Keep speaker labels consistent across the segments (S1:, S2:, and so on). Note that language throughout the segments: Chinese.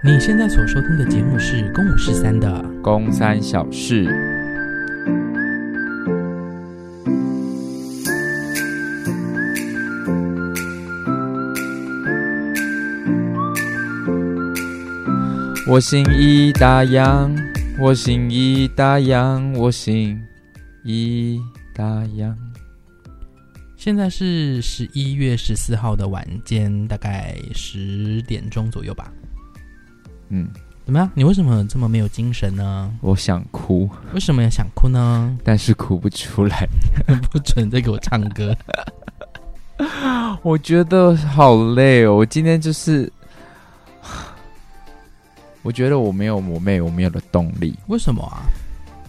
S1: 你现在所收听的节目是《公五十三》的，
S2: 公三小事，我心已打烊，我心已打烊，我心已打烊。
S1: 现在是十一月十四号的晚间，大概十点钟左右吧。
S2: 嗯，
S1: 怎么样？你为什么这么没有精神呢？
S2: 我想哭，
S1: 为什么想哭呢？
S2: 但是哭不出来。
S1: 不准再给我唱歌。
S2: 我觉得好累哦，我今天就是， 我觉得我没有我妹我没有的动力，
S1: 为什么啊？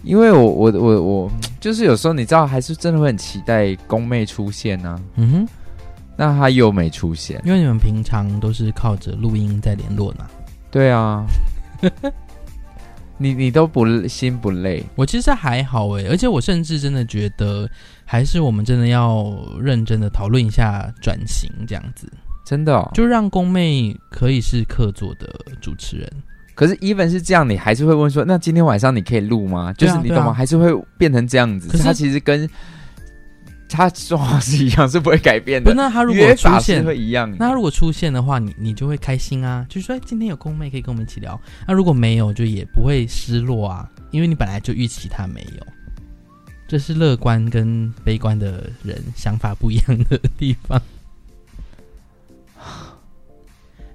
S2: 因为我我我我就是有时候你知道，还是真的会很期待宫妹出现呢、
S1: 嗯哼，
S2: 那她又没出现，
S1: 因为你们平常都是靠着录音在联络嘛。
S2: 对啊， 你你都不心不累，
S1: 我其实还好诶，而且我甚至真的觉得，还是我们真的要认真的讨论一下转型这样子，
S2: 真的、哦。
S1: 就让宫妹可以是客座的主持人。
S2: 可是 even 是这样，你还是会问说，那今天晚上你可以录吗？就
S1: 对啊
S2: 是你
S1: 对
S2: 懂
S1: 啊
S2: 吗？还是会变成这样子
S1: 可，是
S2: 她其实跟她说话是一样，是不会改变
S1: 不
S2: 的
S1: 是，。那她如果
S2: 约
S1: 出
S2: 法是
S1: 现，
S2: 会一样的。
S1: 那如果出现的话，你你就会开心啊，就是说哎今天有宫妹可以跟我们一起聊。那如果没有，就也不会失落啊，因为你本来就预期她没有。这是乐观跟悲观的人想法不一样的地方。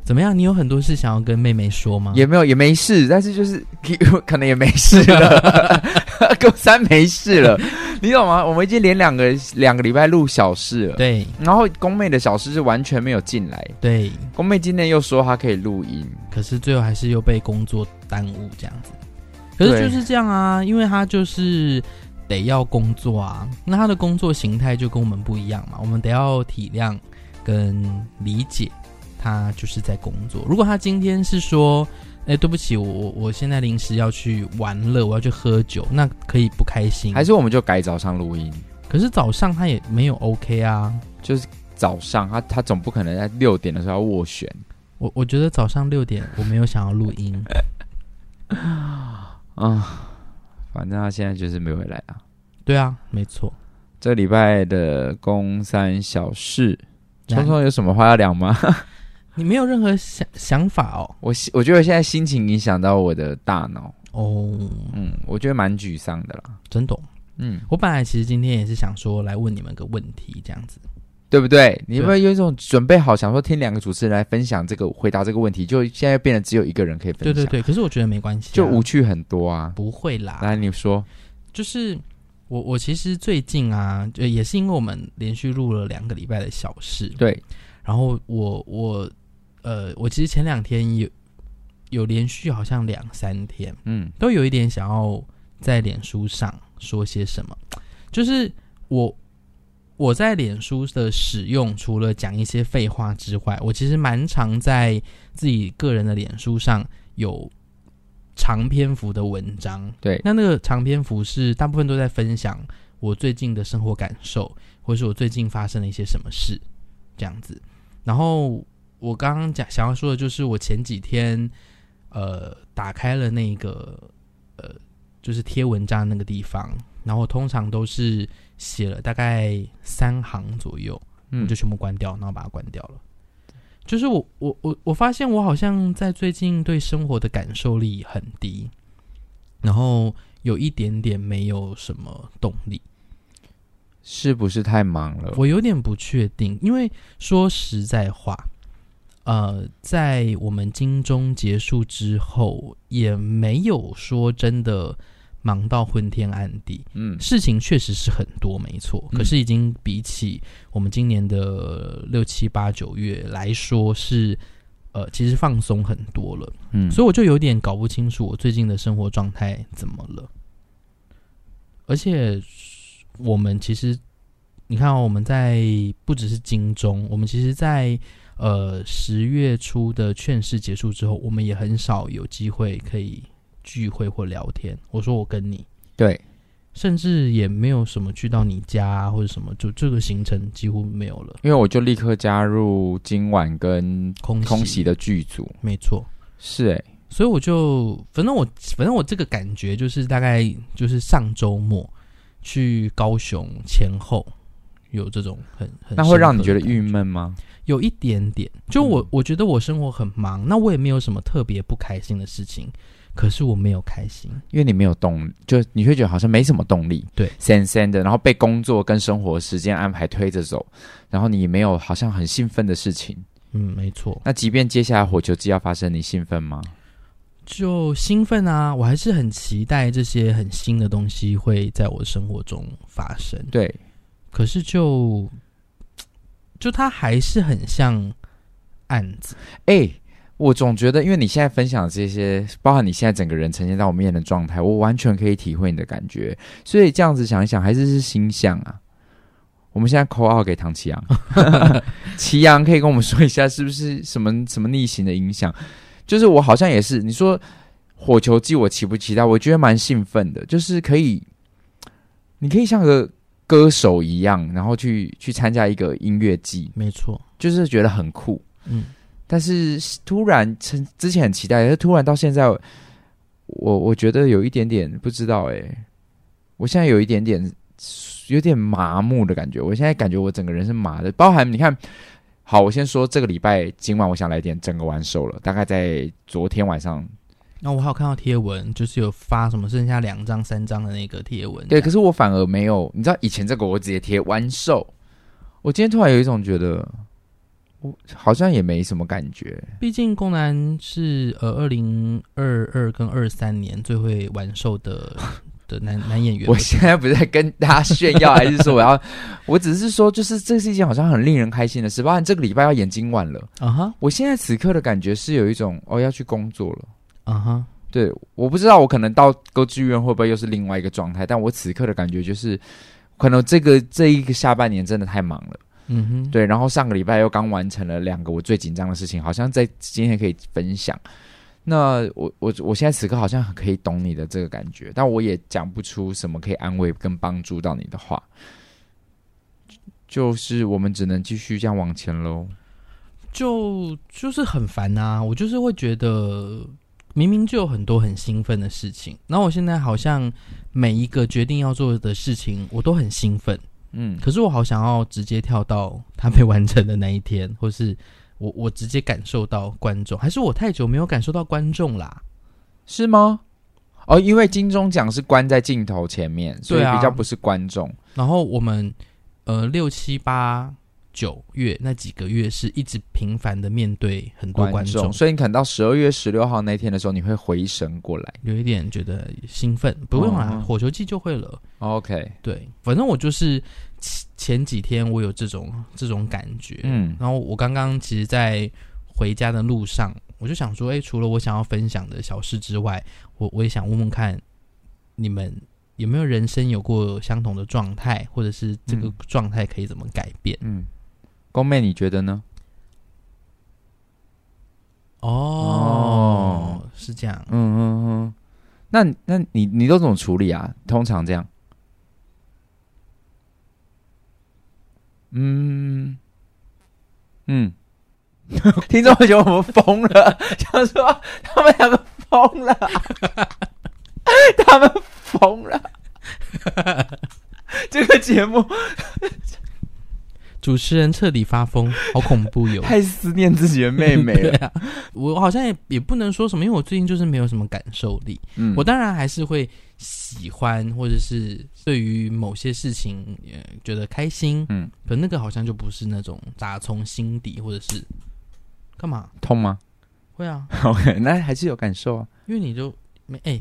S1: 怎么样？你有很多事想要跟妹妹说吗？
S2: 也没有也没事，但是就是可能也没事 了，高三没事了，你懂吗？我们已经连两个两个礼拜录小事了，
S1: 对
S2: 然后宫妹的小事是完全没有进来，
S1: 对，
S2: 宫妹今天又说她可以录音，
S1: 可是最后还是又被工作耽误这样子。可是
S2: 对
S1: 就是这样啊，因为他就是得要工作啊，那他的工作形态就跟我们不一样嘛，我们得要体谅跟理解他就是在工作。如果他今天是说，哎，对不起，我我我现在临时要去玩乐，我要去喝酒，那可以不开心。
S2: 还是我们就改早上录音，
S1: 可是早上他也没有 OK 啊，
S2: 就是早上她她总不可能在六点的时候要斡旋，
S1: 我我觉得早上六点我没有想要录音，
S2: 啊，反正她现在就是没回来啊。
S1: 对啊，没错。
S2: 这礼拜的宫三小事，
S1: 那
S2: 聪聪有什么话要聊吗？
S1: 你没有任何想想法哦。
S2: 我心我觉得我现在心情影响到我的大脑，
S1: 哦，
S2: 嗯，我觉得蛮沮丧的啦，
S1: 真懂。
S2: 嗯，
S1: 我本来其实今天也是想说来问你们个问题，这样子。
S2: 对不对？你有没有有一种准备好想说听两个主持人来分享这个回答这个问题，就现在变得只有一个人可以分
S1: 对
S2: 享，
S1: 对对，可是我觉得没关系啊、
S2: 就无趣很多啊。
S1: 不会啦。
S2: 来，你说，
S1: 就是我我其实最近啊，就也是因为我们连续录了两个礼拜的小事，
S2: 对，
S1: 然后我我呃，我其实前两天有有连续好像两三天
S2: 嗯，
S1: 都有一点想要在脸书上说些什么，就是我我在脸书的使用，除了讲一些废话之外，我其实蛮常在自己个人的脸书上有长篇幅的文章。
S2: 对，
S1: 那那个长篇幅是大部分都在分享我最近的生活感受，或是我最近发生了一些什么事这样子。然后我刚刚讲想要说的就是我前几天呃打开了那个呃就是贴文章那个地方，然后通常都是写了大概三行左右，我
S2: 嗯
S1: 就，全部关掉，然后把它关掉了。就是我我我我发现我好像在最近对生活的感受力很低，然后有一点点没有什么动力。
S2: 是不是太忙了？
S1: 我有点不确定，因为说实在话，呃，在我们金钟结束之后，也没有说真的忙到昏天暗地。
S2: 嗯，
S1: 事情确实是很多，没错，
S2: 嗯
S1: 可是已经比起我们今年的六七八九月来说是。呃，其实放松很多了，
S2: 嗯，
S1: 所以我就有点搞不清楚我最近的生活状态怎么了。而且我们其实，你看、哦，我们在不只是金钟，我们其实在呃十月初的劝世结束之后，我们也很少有机会可以聚会或聊天。我说我跟你，
S2: 对，
S1: 甚至也没有什么去到你家、啊、或者什么，就这个行程几乎没有了。
S2: 因为我就立刻加入今晚跟
S1: 空
S2: 空
S1: 袭，
S2: 袭的剧组，
S1: 没错，
S2: 是哎、
S1: 所以我就反正我反正我这个感觉就是大概就是上周末去高雄前后有这种很很
S2: 那会让你
S1: 深
S2: 觉
S1: 刻
S2: 得
S1: 的感
S2: 郁闷吗？
S1: 有一点点，就我、
S2: 嗯
S1: 我觉得我生活很忙，那我也没有什么特别不开心的事情，可是我没有开心，
S2: 因为你没有动，就你会觉得好像没什么动力，
S1: 对，
S2: 闲闲的，然后被工作跟生活时间安排推着走，然后你没有好像很兴奋的事情。
S1: 嗯，没错，
S2: 那即便接下来火球季要发生，你兴奋吗？
S1: 就兴奋啊，我还是很期待这些很新的东西会在我生活中发生，
S2: 对，
S1: 可是就就它还是很像案子，
S2: 哎、我总觉得，因为你现在分享这些，包含你现在整个人呈现在我面前的状态，我完全可以体会你的感觉。所以这样子想一想，还是是星象啊。我们现在扣二给唐奇阳， 奇阳可以跟我们说一下，是不是什么什么逆行的影响？就是我好像也是，你说火球季我期不期待？我觉得蛮兴奋的，就是可以，你可以像个歌手一样，然后去去参加一个音乐季，
S1: 没错，
S2: 就是觉得很酷。
S1: 嗯，
S2: 但是突然之之前很期待，但是突然到现在，我我觉得有一点点不知道哎、我现在有一点点有点麻木的感觉，我现在感觉我整个人是麻的，包含你看。好，我先说这个礼拜今晚我想来点整个完售了，大概在昨天晚上。
S1: 那我还有看到贴文，就是有发什么剩下两张三张的那个贴文，
S2: 对，可
S1: 是
S2: 是我反而没有，你知道以前这个我直接贴完售，我今天突然有一种觉得，我好像也没什么感觉。
S1: 毕竟宫南是呃二零二二跟二三年最会玩售的的男男 演员，
S2: 我现在不是在跟大家炫耀，还是说我要， 我只是说，就是这是一件好像很令人开心的事。包含这个礼拜要演今晚了，
S1: 啊哈
S2: 我现在此刻的感觉是有一种哦要去工作了。
S1: 啊哈，
S2: 对，我不知道我可能到歌剧院会不会又是另外一个状态，但我此刻的感觉就是，可能这个这一个下半年真的太忙了。
S1: 嗯哼，
S2: 对，然后上个礼拜又刚完成了两个我最紧张的事情，好像在今天可以分享。那我我我现在此刻好像很可以懂你的这个感觉，但我也讲不出什么可以安慰跟帮助到你的话，就是我们只能继续这样往前喽。
S1: 就就是很烦呐、我就是会觉得明明就有很多很兴奋的事情，然后我现在好像每一个决定要做的事情，我都很兴奋，
S2: 嗯，
S1: 可是我好想要直接跳到它被完成的那一天，或是我我直接感受到观众，还是我太久没有感受到观众啦？
S2: 是吗？哦，因为金钟奖是关在镜头前面，所以
S1: 对啊
S2: 比较不是观众。
S1: 然后我们呃六七八九月那几个月是一直频繁的面对很多观众，
S2: 所以你可能到十二月十六号那天的时候，你会回神过来。
S1: 有一点觉得兴奋，不用啦，
S2: 嗯嗯
S1: 火球季就会了。
S2: OK，
S1: 对，反正我就是前前几天我有这种这种感觉，
S2: 嗯
S1: 然后我刚刚其实，在回家的路上，我就想说，哎，除了我想要分享的小事之外，我我也想问问看你们有没有人生有过相同的状态，或者是这个
S2: 嗯
S1: 状态可以怎么改变？
S2: 嗯，公妹你觉得呢？
S1: 哦，是这样。
S2: 嗯嗯嗯，那那你你都怎么处理啊？通常这样，嗯嗯， 听众会觉得我们疯了， 想说他们两个疯了， 他们疯了， 这个节目
S1: 主持人彻底发疯，好恐怖 哟！
S2: 太思念自己的妹妹
S1: 对
S2: 了。
S1: 啊，我好像也也不能说什么，因为我最近就是没有什么感受力。
S2: 嗯
S1: 我当然还是会喜欢，或者是对于某些事情呃觉得开心，
S2: 嗯
S1: 可那个好像就不是那种打从心底，或者是干嘛？
S2: 痛吗
S1: 会啊，
S2: ？OK，那还是有感受啊，
S1: 因为你就没哎、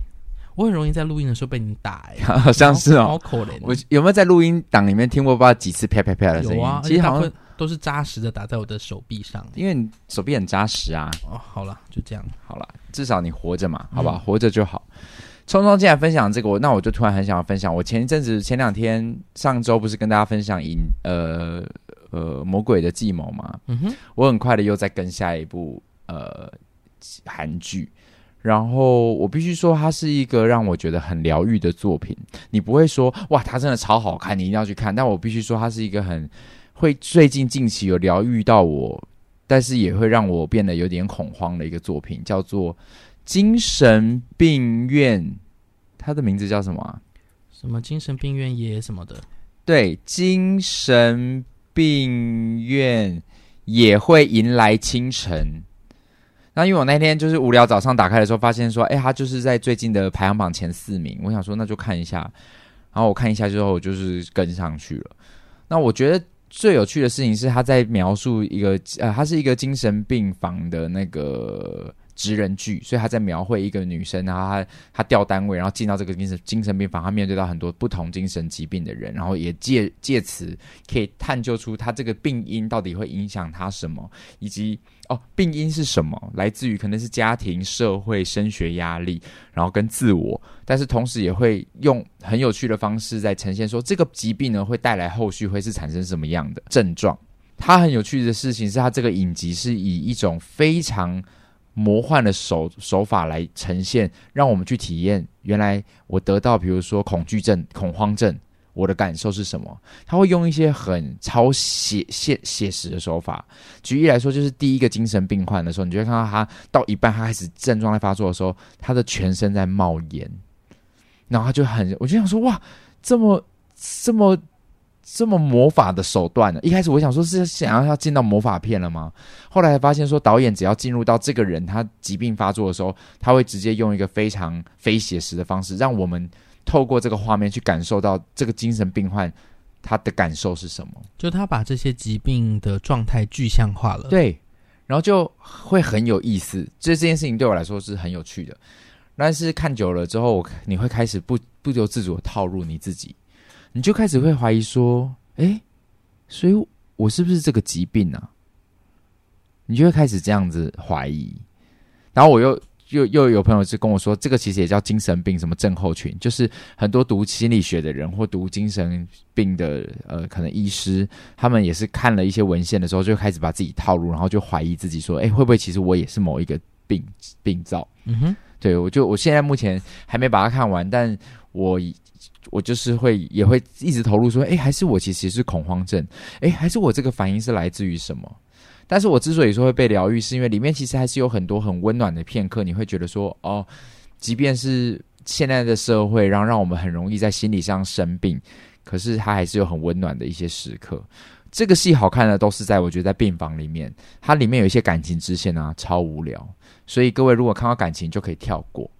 S1: 我很容易在录音的时候被你打哎、
S2: 好像是哦
S1: 好。可怜哦。
S2: 我有没有在录音档里面听过不知道几次啪啪啪的声音？
S1: 有啊，
S2: 其实
S1: 大
S2: 好
S1: 部
S2: 像
S1: 分都是扎实的打在我的手臂上。哎
S2: 因为你手臂很扎实啊。
S1: 哦，好了，就这样。
S2: 好了，至少你活着嘛，
S1: 嗯
S2: 好吧，活着就好。聪聪既然分享这个，我那我就突然很想要分享。我前一阵子前两天上周不是跟大家分享影呃呃魔鬼的计谋吗？
S1: 嗯哼，
S2: 我很快的又在跟下一部呃韩剧，然后我必须说，它是一个让我觉得很疗愈的作品。你不会说哇，它真的超好看，你一定要去看。但我必须说，它是一个很会最近近期有疗愈到我但是也会让我变得有点恐慌的一个作品，叫做《精神病院》，它的名字叫什么、啊？
S1: 什么精神病院也什么的，
S2: 对，精神病院也会迎来清晨。那因为我那天就是无聊，早上打开的时候发现说，哎、它就是在最近的排行榜前四名。我想说那就看一下，然后我看一下之后，我就是跟上去了。那我觉得最有趣的事情是，他在描述一个呃，他是一个精神病房的那个职人剧，所以他在描绘一个女生，然后她她调单位，然后进到这个精神精神病房，她面对到很多不同精神疾病的人，然后也借借此可以探究出她这个病因到底会影响她什么，以及哦病因是什么，来自于可能是家庭、社会、升学压力，然后跟自我，但是同时也会用很有趣的方式在呈现说这个疾病呢会带来后续会是产生什么样的症状。它很有趣的事情是，它这个影集是以一种非常魔幻的手手法来呈现，让我们去体验原来我得到比如说恐惧症、恐慌症，我的感受是什么。他会用一些很超写写写实的手法。举例来说，就是第一个精神病患的时候，你就会看到他到一半，他开始症状在发作的时候，他的全身在冒烟，然后他就很，我就想说，哇，这么这么这么魔法的手段啊呢？一开始我想说是想要要进到魔法片了吗？后来发现说，导演只要进入到这个人他疾病发作的时候，他会直接用一个非常非写实的方式，让我们透过这个画面去感受到这个精神病患他的感受是什么。
S1: 就他把这些疾病的状态具象化了。，
S2: 对，然后就会很有意思。这这件事情对我来说是很有趣的，但是看久了之后，我你会开始不不由自主的套入你自己，你就开始会怀疑说，诶，所以我是不是这个疾病啊？你就会开始这样子怀疑。然后我又又又有朋友是跟我说，这个其实也叫精神病什么症候群，就是很多读心理学的人或读精神病的呃，可能医师，他们也是看了一些文献的时候，就开始把自己套路，然后就怀疑自己说，哎，会不会其实我也是某一个病病灶？
S1: 嗯哼，
S2: 对我就我现在目前还没把它看完，但我已我就是会也会一直投入说，哎，还是我其实是恐慌症，哎，还是我这个反应是来自于什么？但是我之所以说会被疗愈，是因为里面其实还是有很多很温暖的片刻，你会觉得说，哦，即便是现在的社会，然后让我们很容易在心理上生病，可是它还是有很温暖的一些时刻。这个戏好看的都是在我觉得在病房里面，它里面有一些感情支线啊，超无聊。所以各位如果看到感情就可以跳过，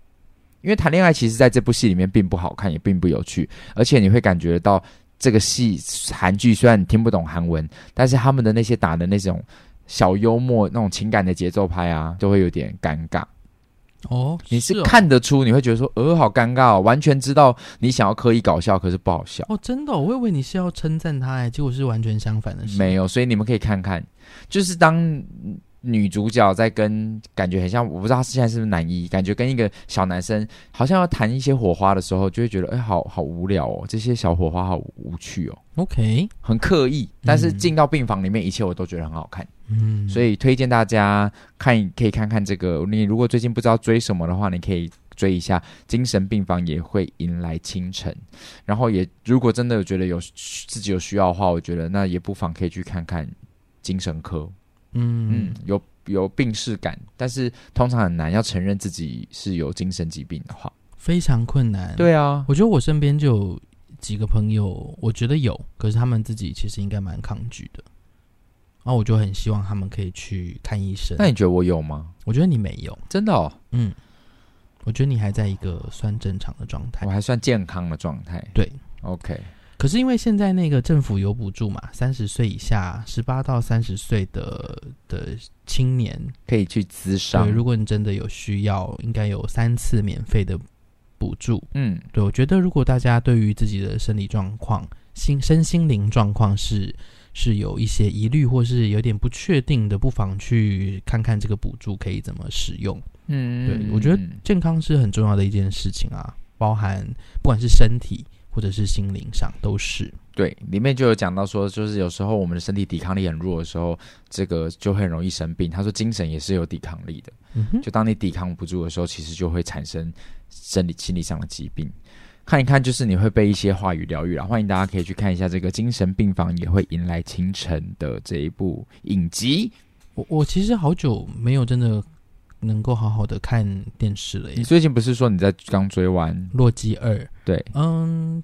S2: 因为谈恋爱其实在这部戏里面并不好看，也并不有趣，而且你会感觉到这个戏韩剧虽然你听不懂韩文，但是他们的那些打的那种小幽默、那种情感的节奏拍啊，都会有点尴尬。
S1: 哦，
S2: 你是
S1: 哦
S2: 看得出，你会觉得说，呃，好尴尬、哦，完全知道你想要刻意搞笑，可是不好笑。
S1: 哦，真的哦、我以为你是要称赞他哎，结果是完全相反的事。
S2: 没有，所以你们可以看看，就是当女主角在跟感觉很像，我不知道她现在是不是男一，感觉跟一个小男生好像要谈一些火花的时候，就会觉得哎、好好无聊哦，这些小火花好无趣哦，
S1: OK，
S2: 很刻意。但是
S1: 嗯
S2: 进到病房里面，一切我都觉得很好看，
S1: 嗯，
S2: 所以推荐大家看，可以看看这个。你如果最近不知道追什么的话，你可以。追一下《精神病房也会迎来清晨》，然后也如果真的有觉得有自己有需要的话，我觉得那也不妨可以去看看精神科。
S1: 嗯
S2: 嗯，有有病逝感，但是通常很难要承认自己是有精神疾病的话。
S1: 非常困难。，
S2: 对啊，
S1: 我觉得我身边就有几个朋友，我觉得有，可是他们自己其实应该蛮抗拒的。然后我就很希望他们可以去看医生。
S2: 那你觉得我有吗？
S1: 我觉得你没有，
S2: 真的哦，
S1: 嗯，我觉得你还在一个算正常的状态
S2: 我。还算健康的状态。
S1: 对
S2: ，OK，
S1: 可是因为现在那个政府有补助嘛，三十岁以下，十八到三十岁的的青年，
S2: 可以去咨商
S1: 对，。如果你真的有需要，应该有三次免费的补助。
S2: 嗯，
S1: 对我觉得，如果大家对于自己的生理状况、心身心灵状况是是有一些疑虑或是有点不确定的，不妨去看看这个补助可以怎么使用。
S2: 嗯，
S1: 对我觉得
S2: 嗯
S1: 健康是很重要的一件事情啊，包含不管是身体或者是心灵上都是。
S2: 对，里面就有讲到说，就是有时候我们的身体抵抗力很弱的时候，这个就会很容易生病。他说，精神也是有抵抗力的。
S1: 嗯哼，
S2: 就当你抵抗不住的时候，其实就会产生生理、心理上的疾病。看一看，就是你会被一些话语疗愈了。欢迎大家可以去看一下这个《精神病房也会迎来清晨》的这一部影集。
S1: 我我其实好久没有真的能够好好的看电视了耶
S2: 你，最近不是说你在刚追完
S1: 《洛基二》。
S2: 对
S1: 嗯，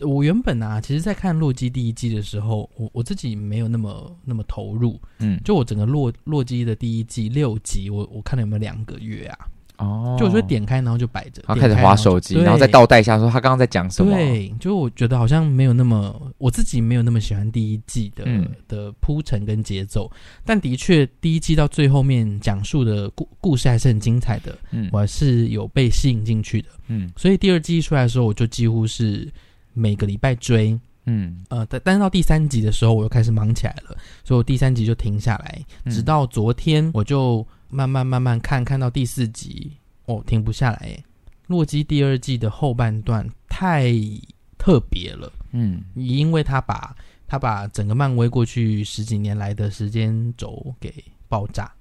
S1: 我原本啊，其实在看《洛基》第一季的时候，我我自己没有那么那么投入。
S2: 嗯
S1: 就我整个洛《洛基》的第一季六集，我我看了有没有两个月啊？
S2: 哦，
S1: 就我就会点开，然后就摆着，
S2: 然后
S1: 点
S2: 开始
S1: 开
S2: 划手机，然后再。
S1: 就对
S2: 倒带一下说他刚刚在讲什么。
S1: 对，就我觉得好像没有那么，我自己没有那么喜欢第一季的、
S2: 嗯
S1: 的铺陈跟节奏，但的确第一季到最后面讲述的故故事还是很精彩的，
S2: 嗯
S1: 我还是有被吸引进去的。
S2: 嗯
S1: 所以第二季一出来的时候，我就几乎是每个礼拜追，
S2: 嗯，
S1: 呃，但但是到第三集的时候，我又开始忙起来了，所以我第三集就停下来，
S2: 嗯
S1: 直到昨天我就慢慢慢慢看，看到第四集，哦，停不下来耶。洛基第二季的后半段太特别了，
S2: 嗯
S1: 因为他把他把整个漫威过去十几年来的时间轴给爆炸，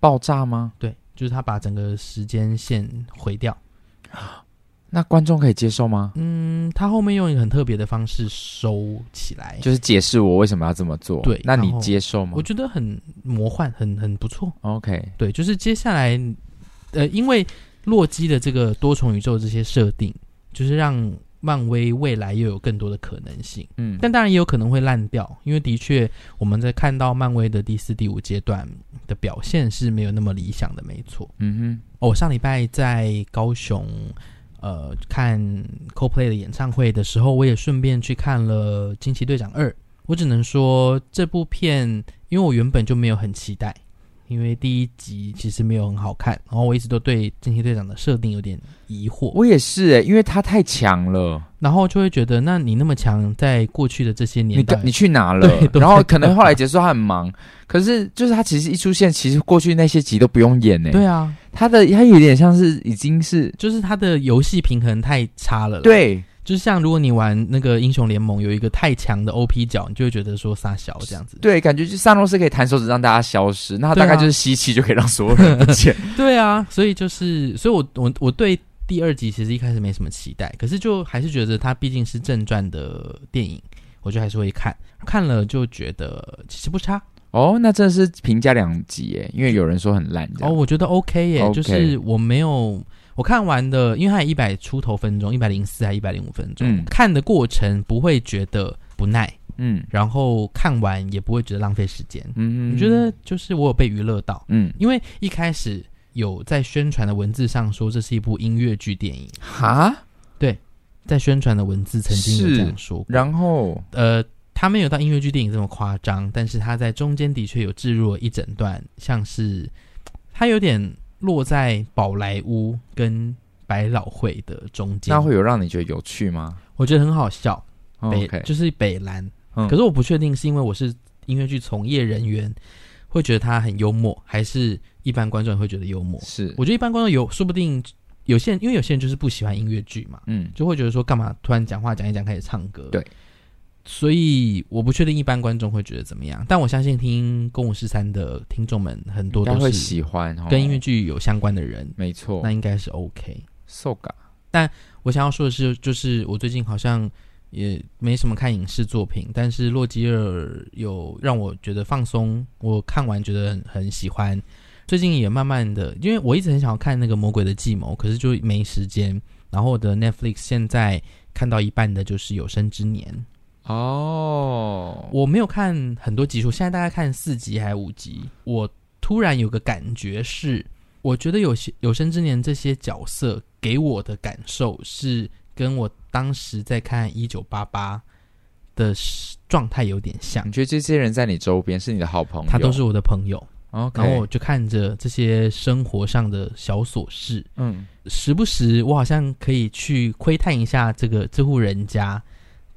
S2: 爆炸吗？
S1: 对，就是他把整个时间线毁掉。
S2: 那观众可以接受吗？
S1: 嗯，他后面用一个很特别的方式收起来，
S2: 就是解释我为什么要这么做。
S1: 对
S2: 那你
S1: 然后
S2: 接受吗
S1: 我觉得很魔幻，很很不错。
S2: ？OK，
S1: 对，就是接下来，呃，因为洛基的这个多重宇宙这些设定，就是让漫威未来又有更多的可能性。
S2: 嗯，
S1: 但当然也有可能会烂掉，因为的确我们在看到漫威的第四、第五阶段的表现是没有那么理想的，没错。
S2: 嗯
S1: 哦，我上礼拜在高雄，呃，看 CoPlay 的演唱会的时候，我也顺便去看了《惊奇队长二》。我只能说这部片，因为我原本就没有很期待，因为第一集其实没有很好看，然后我一直都对惊奇队长的设定有点疑
S2: 哼，
S1: 惑，
S2: 我也是诶、因为他太强了，
S1: 然后就会觉得，那你那么强，在过去的这些
S2: 你
S1: 年代
S2: 的，你去哪
S1: 对
S2: 了？
S1: 都在
S2: 然后可能后来结束他很忙，可是就是他其实一出现，其实过去那些集都不用演呢、欸
S1: 对啊，
S2: 他的他有点像是已经是
S1: 就是它的游戏平衡太差了。，
S2: 对
S1: 就是像如果你玩那个英雄联盟，有一个太强的 OP 角，你就会觉得说撒小这样子。
S2: 对，感觉就萨诺斯可以弹手指让大家消失，那他大
S1: 对啊
S2: 概就是吸气就可以让所有人不 见。
S1: 对啊，所以就是，所以我我我对第二集其实一开始没什么期待，可是就还是觉得它毕竟是正传的电影，我就还是会看。看了就觉得其实不差，
S2: 哦，那真的是评价两集耶，因为有人说很烂这
S1: 哦，
S2: 样。
S1: 我觉得 OK 耶
S2: OK
S1: 就是我没有我看完的，因为它一百出头分钟，一百零四还一百零五分钟、
S2: 嗯
S1: 看的过程不会觉得不耐，
S2: 嗯
S1: 然后看完也不会觉得浪费时间。
S2: 嗯，
S1: 我觉得就是我有被娱乐到，
S2: 嗯
S1: 因为一开始有在宣传的文字上说这是一部音乐剧电影，
S2: 哈，
S1: 在宣传的文字曾经有这样说过。
S2: 然后
S1: 呃，他没有到音乐剧电影这么夸张，但是他在中间的确有置入了一整段，像是他有点落在宝莱坞跟百老汇的中间
S2: 那，会有让你觉得有趣吗
S1: 我觉得很好笑。
S2: 哦
S1: 北、
S2: ？OK，
S1: 就是北兰，
S2: 嗯
S1: 可是我不确定是因为我是音乐剧从业人员会觉得他很幽默，还是一般观众会觉得幽默。
S2: 是，
S1: 我觉得一般观众有，说不定有些人，因为有些人就是不喜欢音乐剧嘛，
S2: 嗯
S1: 就会觉得说干嘛突然讲话讲一讲开始唱歌。
S2: 对，
S1: 所以我不确定一般观众会觉得怎么样，但我相信听《公五十三》的听众们很
S2: 应
S1: 多
S2: 该
S1: 都
S2: 会
S1: 是
S2: 喜欢哦
S1: 跟音乐剧有相关的人，
S2: 没错
S1: 那，应该是 OK。
S2: 受感
S1: 我想要说的是，就是我最近好像也没什么看影视作品，但是《洛基尔》有让我觉得放松，我看完觉得很很喜欢。最近也慢慢的，因为我一直很想要看那个《魔鬼的计谋》，可是就没时间。然后我的 Netflix 现在看到一半的就是《有生之年》，
S2: 哦，
S1: 我没有看很多集数，现在大概看四集还五集。我突然有个感觉是，我觉得有些有生之年这些角色给我的感受是跟我当时在看《一九八八》的时状态有点像
S2: 你，觉得这些人在你周边是你的好朋友？
S1: 他都是我的朋友，
S2: OK，
S1: 然后我就看着这些生活上的小琐事，
S2: 嗯，
S1: 时不时我好像可以去窥探一下这个这户人家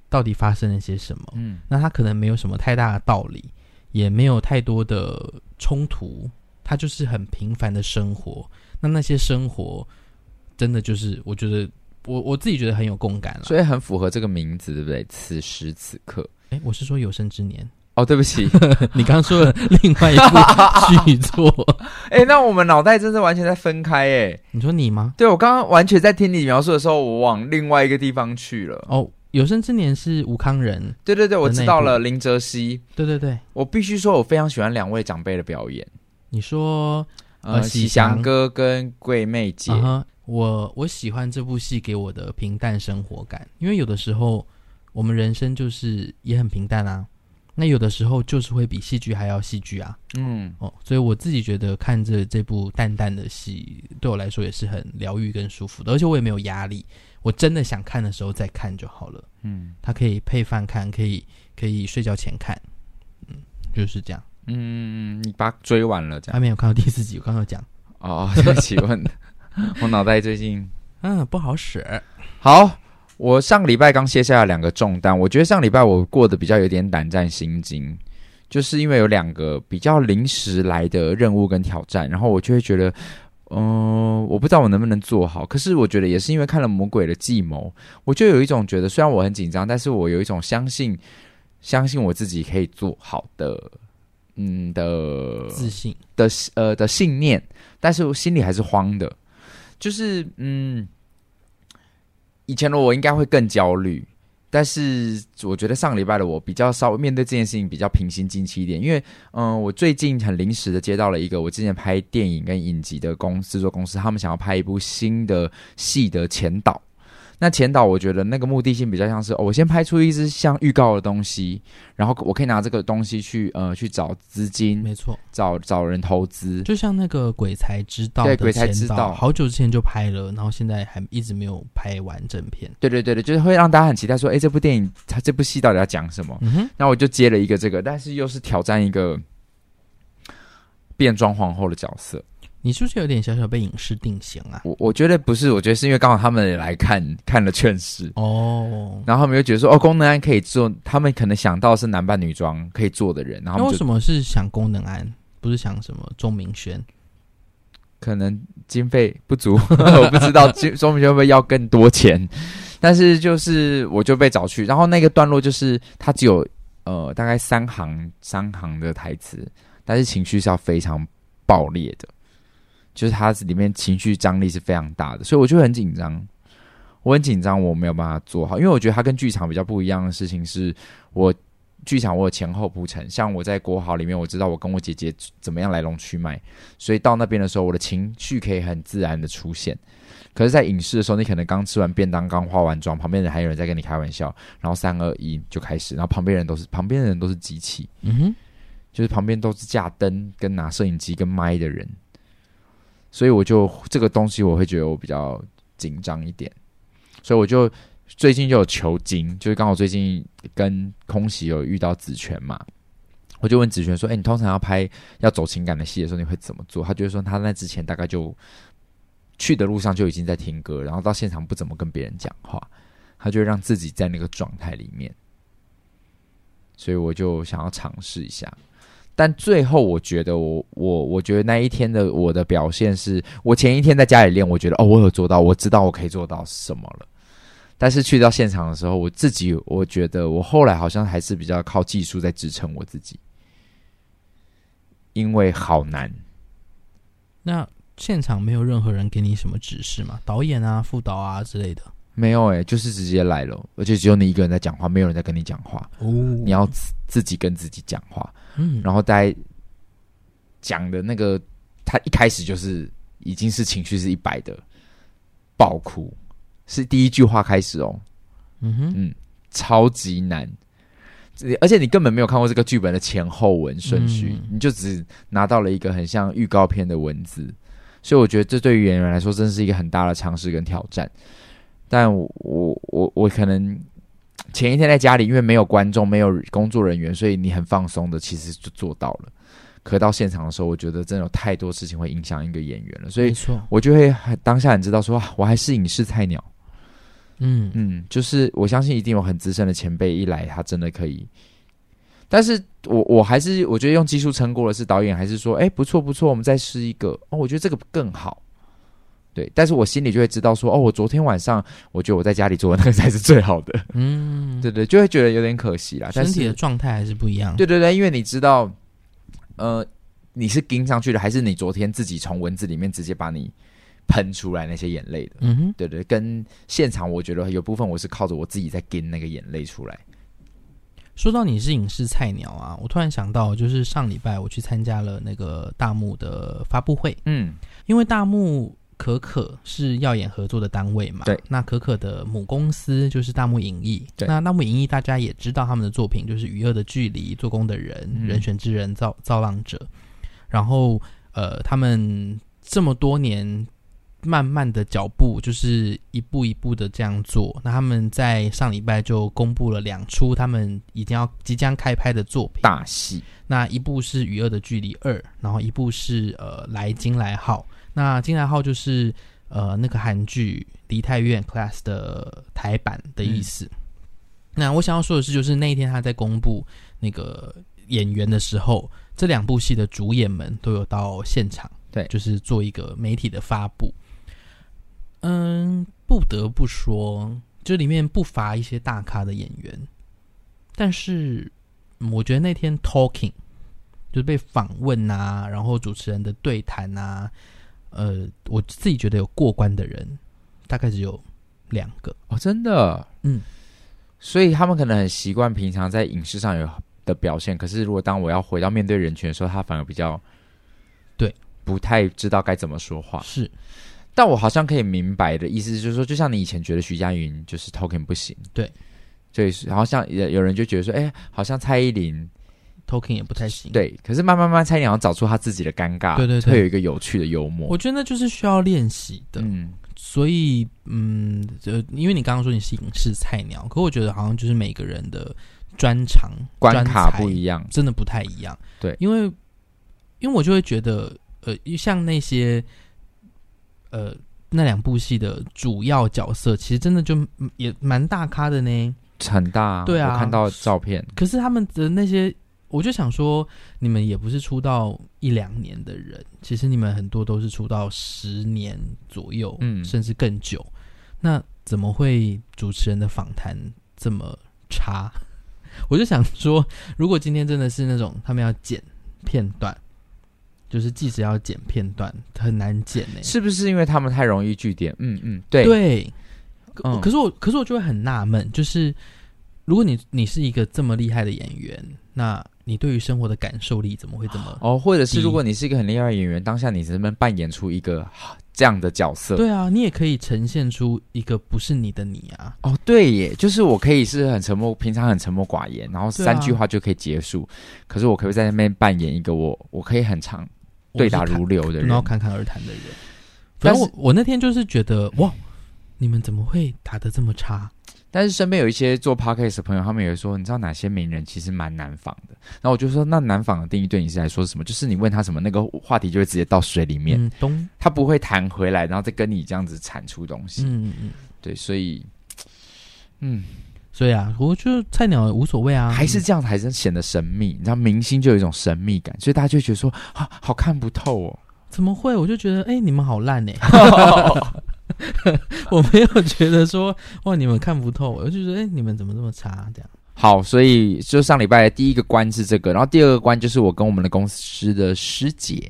S1: 到底发生了些什么。
S2: 嗯
S1: 那他可能没有什么太大的道理，也没有太多的冲突，他就是很平凡的生活。那那些生活，真的就是我觉得我我自己觉得很有共感了。
S2: 所以很符合这个名字，对不对？此时此刻。
S1: 哎，我是说有生之年，
S2: 哦，对不起，
S1: 你刚刚说了另外一部剧作，
S2: 哎、那我们脑袋真是完全在分开哎。
S1: 你说你吗？
S2: 对我刚刚完全在听你描述的时候，我往另外一个地方去了。
S1: 哦，有生之年是吴康仁，
S2: 对对对，我知
S1: 内
S2: 道
S1: 部
S2: 了，林哲熙。
S1: 对对对，
S2: 我必须说，我非常喜欢两位长辈的表演，
S1: 你说
S2: 呃，
S1: 呃喜
S2: 喜祥
S1: 祥
S2: 哥跟桂妹姐。
S1: 啊哈，我我喜欢这部戏给我的平淡生活感，因为有的时候我们人生就是也很平淡啊，那有的时候就是会比戏剧还要戏剧啊，
S2: 嗯，
S1: 哦，所以我自己觉得看着这部淡淡的戏，对我来说也是很疗愈跟舒服的，而且我也没有压力，我真的想看的时候再看就好了，
S2: 嗯
S1: 它可以配饭看，可以可以睡觉前看，嗯，就是这样。
S2: 嗯，你把它追完了这样
S1: 还没有看到第四集，我刚刚有讲，
S2: 哦， 对不起，问我脑袋最近
S1: 嗯，不好使，
S2: 好。我上个礼拜刚卸下了两个重担，我觉得上礼拜我过得比较有点胆战心惊，就是因为有两个比较临时来的任务跟挑战，然后我就会觉得，嗯、我不知道我能不能做好。可是我觉得也是因为看了《魔鬼的计谋》，我就有一种觉得，虽然我很紧张，但是我有一种相信，相信我自己可以做好的，嗯的
S1: 自信，
S2: 的呃的信念，但是我心里还是慌的，就是嗯，以前的我应该会更焦虑，但是我觉得上礼拜的我比较稍微面对这件事情比较平心静气一点，因为嗯、我最近很临时的接到了一个我之前拍电影跟影集的公制作公司，他们想要拍一部新的戏的前导。那前导，我觉得那个目的性比较像是，哦、我先拍出一支像预告的东西，然后我可以拿这个东西去呃去找资金，
S1: 没错，
S2: 找找人投资。
S1: 就像那个鬼才知道
S2: 对
S1: 的
S2: 鬼才
S1: 前
S2: 知
S1: 导
S2: 道
S1: 好久之前就拍了，然后现在还一直没有拍完正片。
S2: 对对对对，就是会让大家很期待说，哎，这部电影它这部戏到底要讲什么？
S1: 嗯哼，
S2: 那我就接了一个这个，但是又是挑战一个变装皇后的角色。
S1: 你是不是有点小小被影视定型啊？
S2: 我我觉得不是，我觉得是因为刚好他们也来看看了《劝世》，
S1: 哦，
S2: 然后他们又觉得说，哦，功能安可以做，他们可能想到是男扮女装可以做的人，然
S1: 那
S2: 后他
S1: 为
S2: 们就
S1: 什么是想功能安，不是想什么钟明轩？
S2: 可能经费不足， 我不知道 钟钟明轩会不会要更多钱，但是就是我就被找去，然后那个段落就是它只有呃大概三行三行的台词，但是情绪是要非常爆裂的，就是它里面情绪张力是非常大的，所以我就很紧张，我很紧张，我没有办法做好，因为我觉得它跟剧场比较不一样的事情是我。剧场我有前后铺陈，像我在国豪里面，我知道我跟我姐姐怎么样来龙去脉，所以到那边的时候，我的情绪可以很自然的出现。可是，在影视的时候，你可能刚吃完便当，刚化完妆，旁边人还有人在跟你开玩笑，然后三二一就开始，然后旁边人都是旁边人都是机器，
S1: 嗯哼，
S2: 就是旁边都是架灯跟拿摄影机跟麦的人，所以我就这个东西我会觉得我比较紧张一点，所以我就最近就有求精，就是刚好最近跟空袭有遇到子权嘛，我就问子权说：“哎、你通常要拍要走情感的戏的时候，你会怎么做？”他就会说他那之前大概就去的路上就已经在听歌，然后到现场不怎么跟别人讲话，他就会让自己在那个状态里面。所以我就想要尝试一下，但最后我觉得我我我觉得那一天的我的表现是，我前一天在家里练，我觉得哦，我有做到，我知道我可以做到什么了。但是去到现场的时候，我自己我觉得我后来好像还是比较靠技术在支撑我自己，因为好难。
S1: 那现场没有任何人给你什么指示吗？导演啊、副导啊之类的？
S2: 没有诶、就是直接来了，而且只有你一个人在讲话，没有人在跟你讲话，
S1: 哦，
S2: 你要自自己跟自己讲话。
S1: 嗯，
S2: 然后在讲的那个，他一开始就是已经是情绪是一百的爆哭，是第一句话开始哦，
S1: 嗯哼，
S2: 超级难。这而且你根本没有看过这个剧本的前后文顺序，
S1: 嗯
S2: 你就只拿到了一个很像预告片的文字，所以我觉得这对于演员来说真是一个很大的尝试跟挑战。但我我我我可能前一天在家里，因为没有观众、没有工作人员，所以你很放松的，其实就做到了。可到现场的时候，我觉得真的有太多事情会影响一个演员了，所
S1: 没
S2: 以
S1: 错，
S2: 我就会很当下很知道说，啊我还是影视菜鸟。
S1: 嗯，
S2: 嗯，就是我相信一定有很资深的前辈一来，他真的可以。但是我我还是我觉得用技术撑过的是导演，还是说，哎、不错不错，我们再试一个哦，我觉得这个更好。对，但是我心里就会知道说，哦，我昨天晚上我觉得我在家里做的那个才是最好的，
S1: 嗯，
S2: 对对，就会觉得有点可惜啦。
S1: 身
S2: 但
S1: 体
S2: 是
S1: 的状态还是不一样。
S2: 对对对，因为你知道，呃，你是盯上去的，还是你昨天自己从文字里面直接把你喷出来那些眼泪的。
S1: 嗯哼，
S2: 对对，跟现场我觉得有部分我是靠着我自己在跟那个眼泪出来。
S1: 说到你是影视菜鸟啊，我突然想到，就是上礼拜我去参加了那个大幕的发布会，
S2: 嗯，
S1: 因为大幕可可是耀眼合作的单位嘛，
S2: 对。
S1: 那可可的母公司就是大幕影艺，
S2: 对
S1: 那大幕影艺大家也知道他们的作品就是《与恶的距离》《做工的人》
S2: 嗯
S1: 人选之人》造《造浪者》，然后呃，他们这么多年。慢慢的脚步就是一步一步的这样做。那他们在上礼拜就公布了两出他们已经要即将开拍的作品，
S2: 大戏，
S1: 那一部是《与恶的距离二》，然后一部是呃《来金来号》。那《金来号》就是呃那个韩剧《梨泰院 Class》的台版的意思。那我想要说的是，就是那一天他在公布那个演员的时候，这两部戏的主演们都有到现场，
S2: 对
S1: 就是做一个媒体的发布。嗯，不得不说，这里面不乏一些大咖的演员，但是嗯我觉得那天 talking 就是被访问啊，然后主持人的对谈啊，呃，我自己觉得有过关的人，大概只有两个。
S2: 哦，真的，
S1: 嗯，
S2: 所以他们可能很习惯平常在影视上有的表现，可是如果当我要回到面对人群的时候，他反而比较
S1: 对，
S2: 不太知道该怎么说话。
S1: 是，
S2: 但我好像可以明白的意思就是说，就像你以前觉得徐佳莹就是 token 不行，
S1: 对，
S2: 对，然后像有有人就觉得说，哎、好像蔡依林
S1: talking 也不太行。，
S2: 对，可是慢慢慢，蔡依林好像找出她自己的尴尬，
S1: 对对对
S2: 会有一个有趣的幽默
S1: 我，觉得那就是需要练习的。
S2: 嗯，
S1: 所以，嗯，呃，因为你刚刚说你是影视菜鸟，可我觉得好像就是每个人的专长
S2: 关卡不
S1: 样。
S2: 一样，
S1: 真的不太一样。
S2: 对
S1: 因为因为我就会觉得，呃，像那些呃那两部戏的主要角色，其实真的就嗯也蛮大咖的呢。
S2: 很大、
S1: 对啊
S2: 我看到照片，
S1: 可是他们的那些，我就想说，你们也不是出道一两年的人，其实你们很多都是出道十年左右，
S2: 嗯
S1: 甚至更久。那怎么会主持人的访谈这么差？ 我就想说，如果今天真的是那种他们要剪片段，就是记者要剪片段，很难剪欸呢、
S2: 是不是因为他们太容易据点？嗯嗯，对
S1: 对，可
S2: 嗯
S1: 可是我可是我就会很纳闷，就是如果你你是一个这么厉害的演员，那你对于生活的感受力怎么会这么？
S2: 哦，或者是
S1: 低
S2: 如果你是一个很厉害的演员，当下你能不能扮演出一个啊这样的角色？
S1: 对啊，你也可以呈现出一个不是你的你啊。
S2: 哦，对耶，就是我可以是很沉默，平常很沉默寡言，然后
S1: 对啊
S2: 三句话就可以结束。可是我可不可以在那边扮演一个我，我可以很长对答
S1: 我是侃
S2: 如流的人
S1: 然后？侃侃而谈的人。反正我我那天就是觉得哇，你们怎么会打得这么差？
S2: 但是身边有一些做 podcast 的朋友，他们也说，你知道哪些名人其实蛮难仿的。然后我就说，那难仿的定义对你是来说是什么？就是你问他什么，那个话题就会直接到水里面，
S1: 嗯，东，
S2: 他不会弹回来，然后再跟你这样子产出东西。
S1: 嗯嗯嗯。
S2: 对，所以，嗯，
S1: 所以啊，我觉得菜鸟也无所谓啊，
S2: 还是这样才真显得神秘。你知道，明星就有一种神秘感，所以大家就会觉得说啊，好看不透哦。
S1: 怎么会？我就觉得，哎、你们好烂 哎、我没有觉得说，哇，你们看不透，我就觉得，哎、你们怎么这么差？这样，
S2: 好，所以就上礼拜的第一个关是这个，然后第二个关就是我跟我们的公司的师姐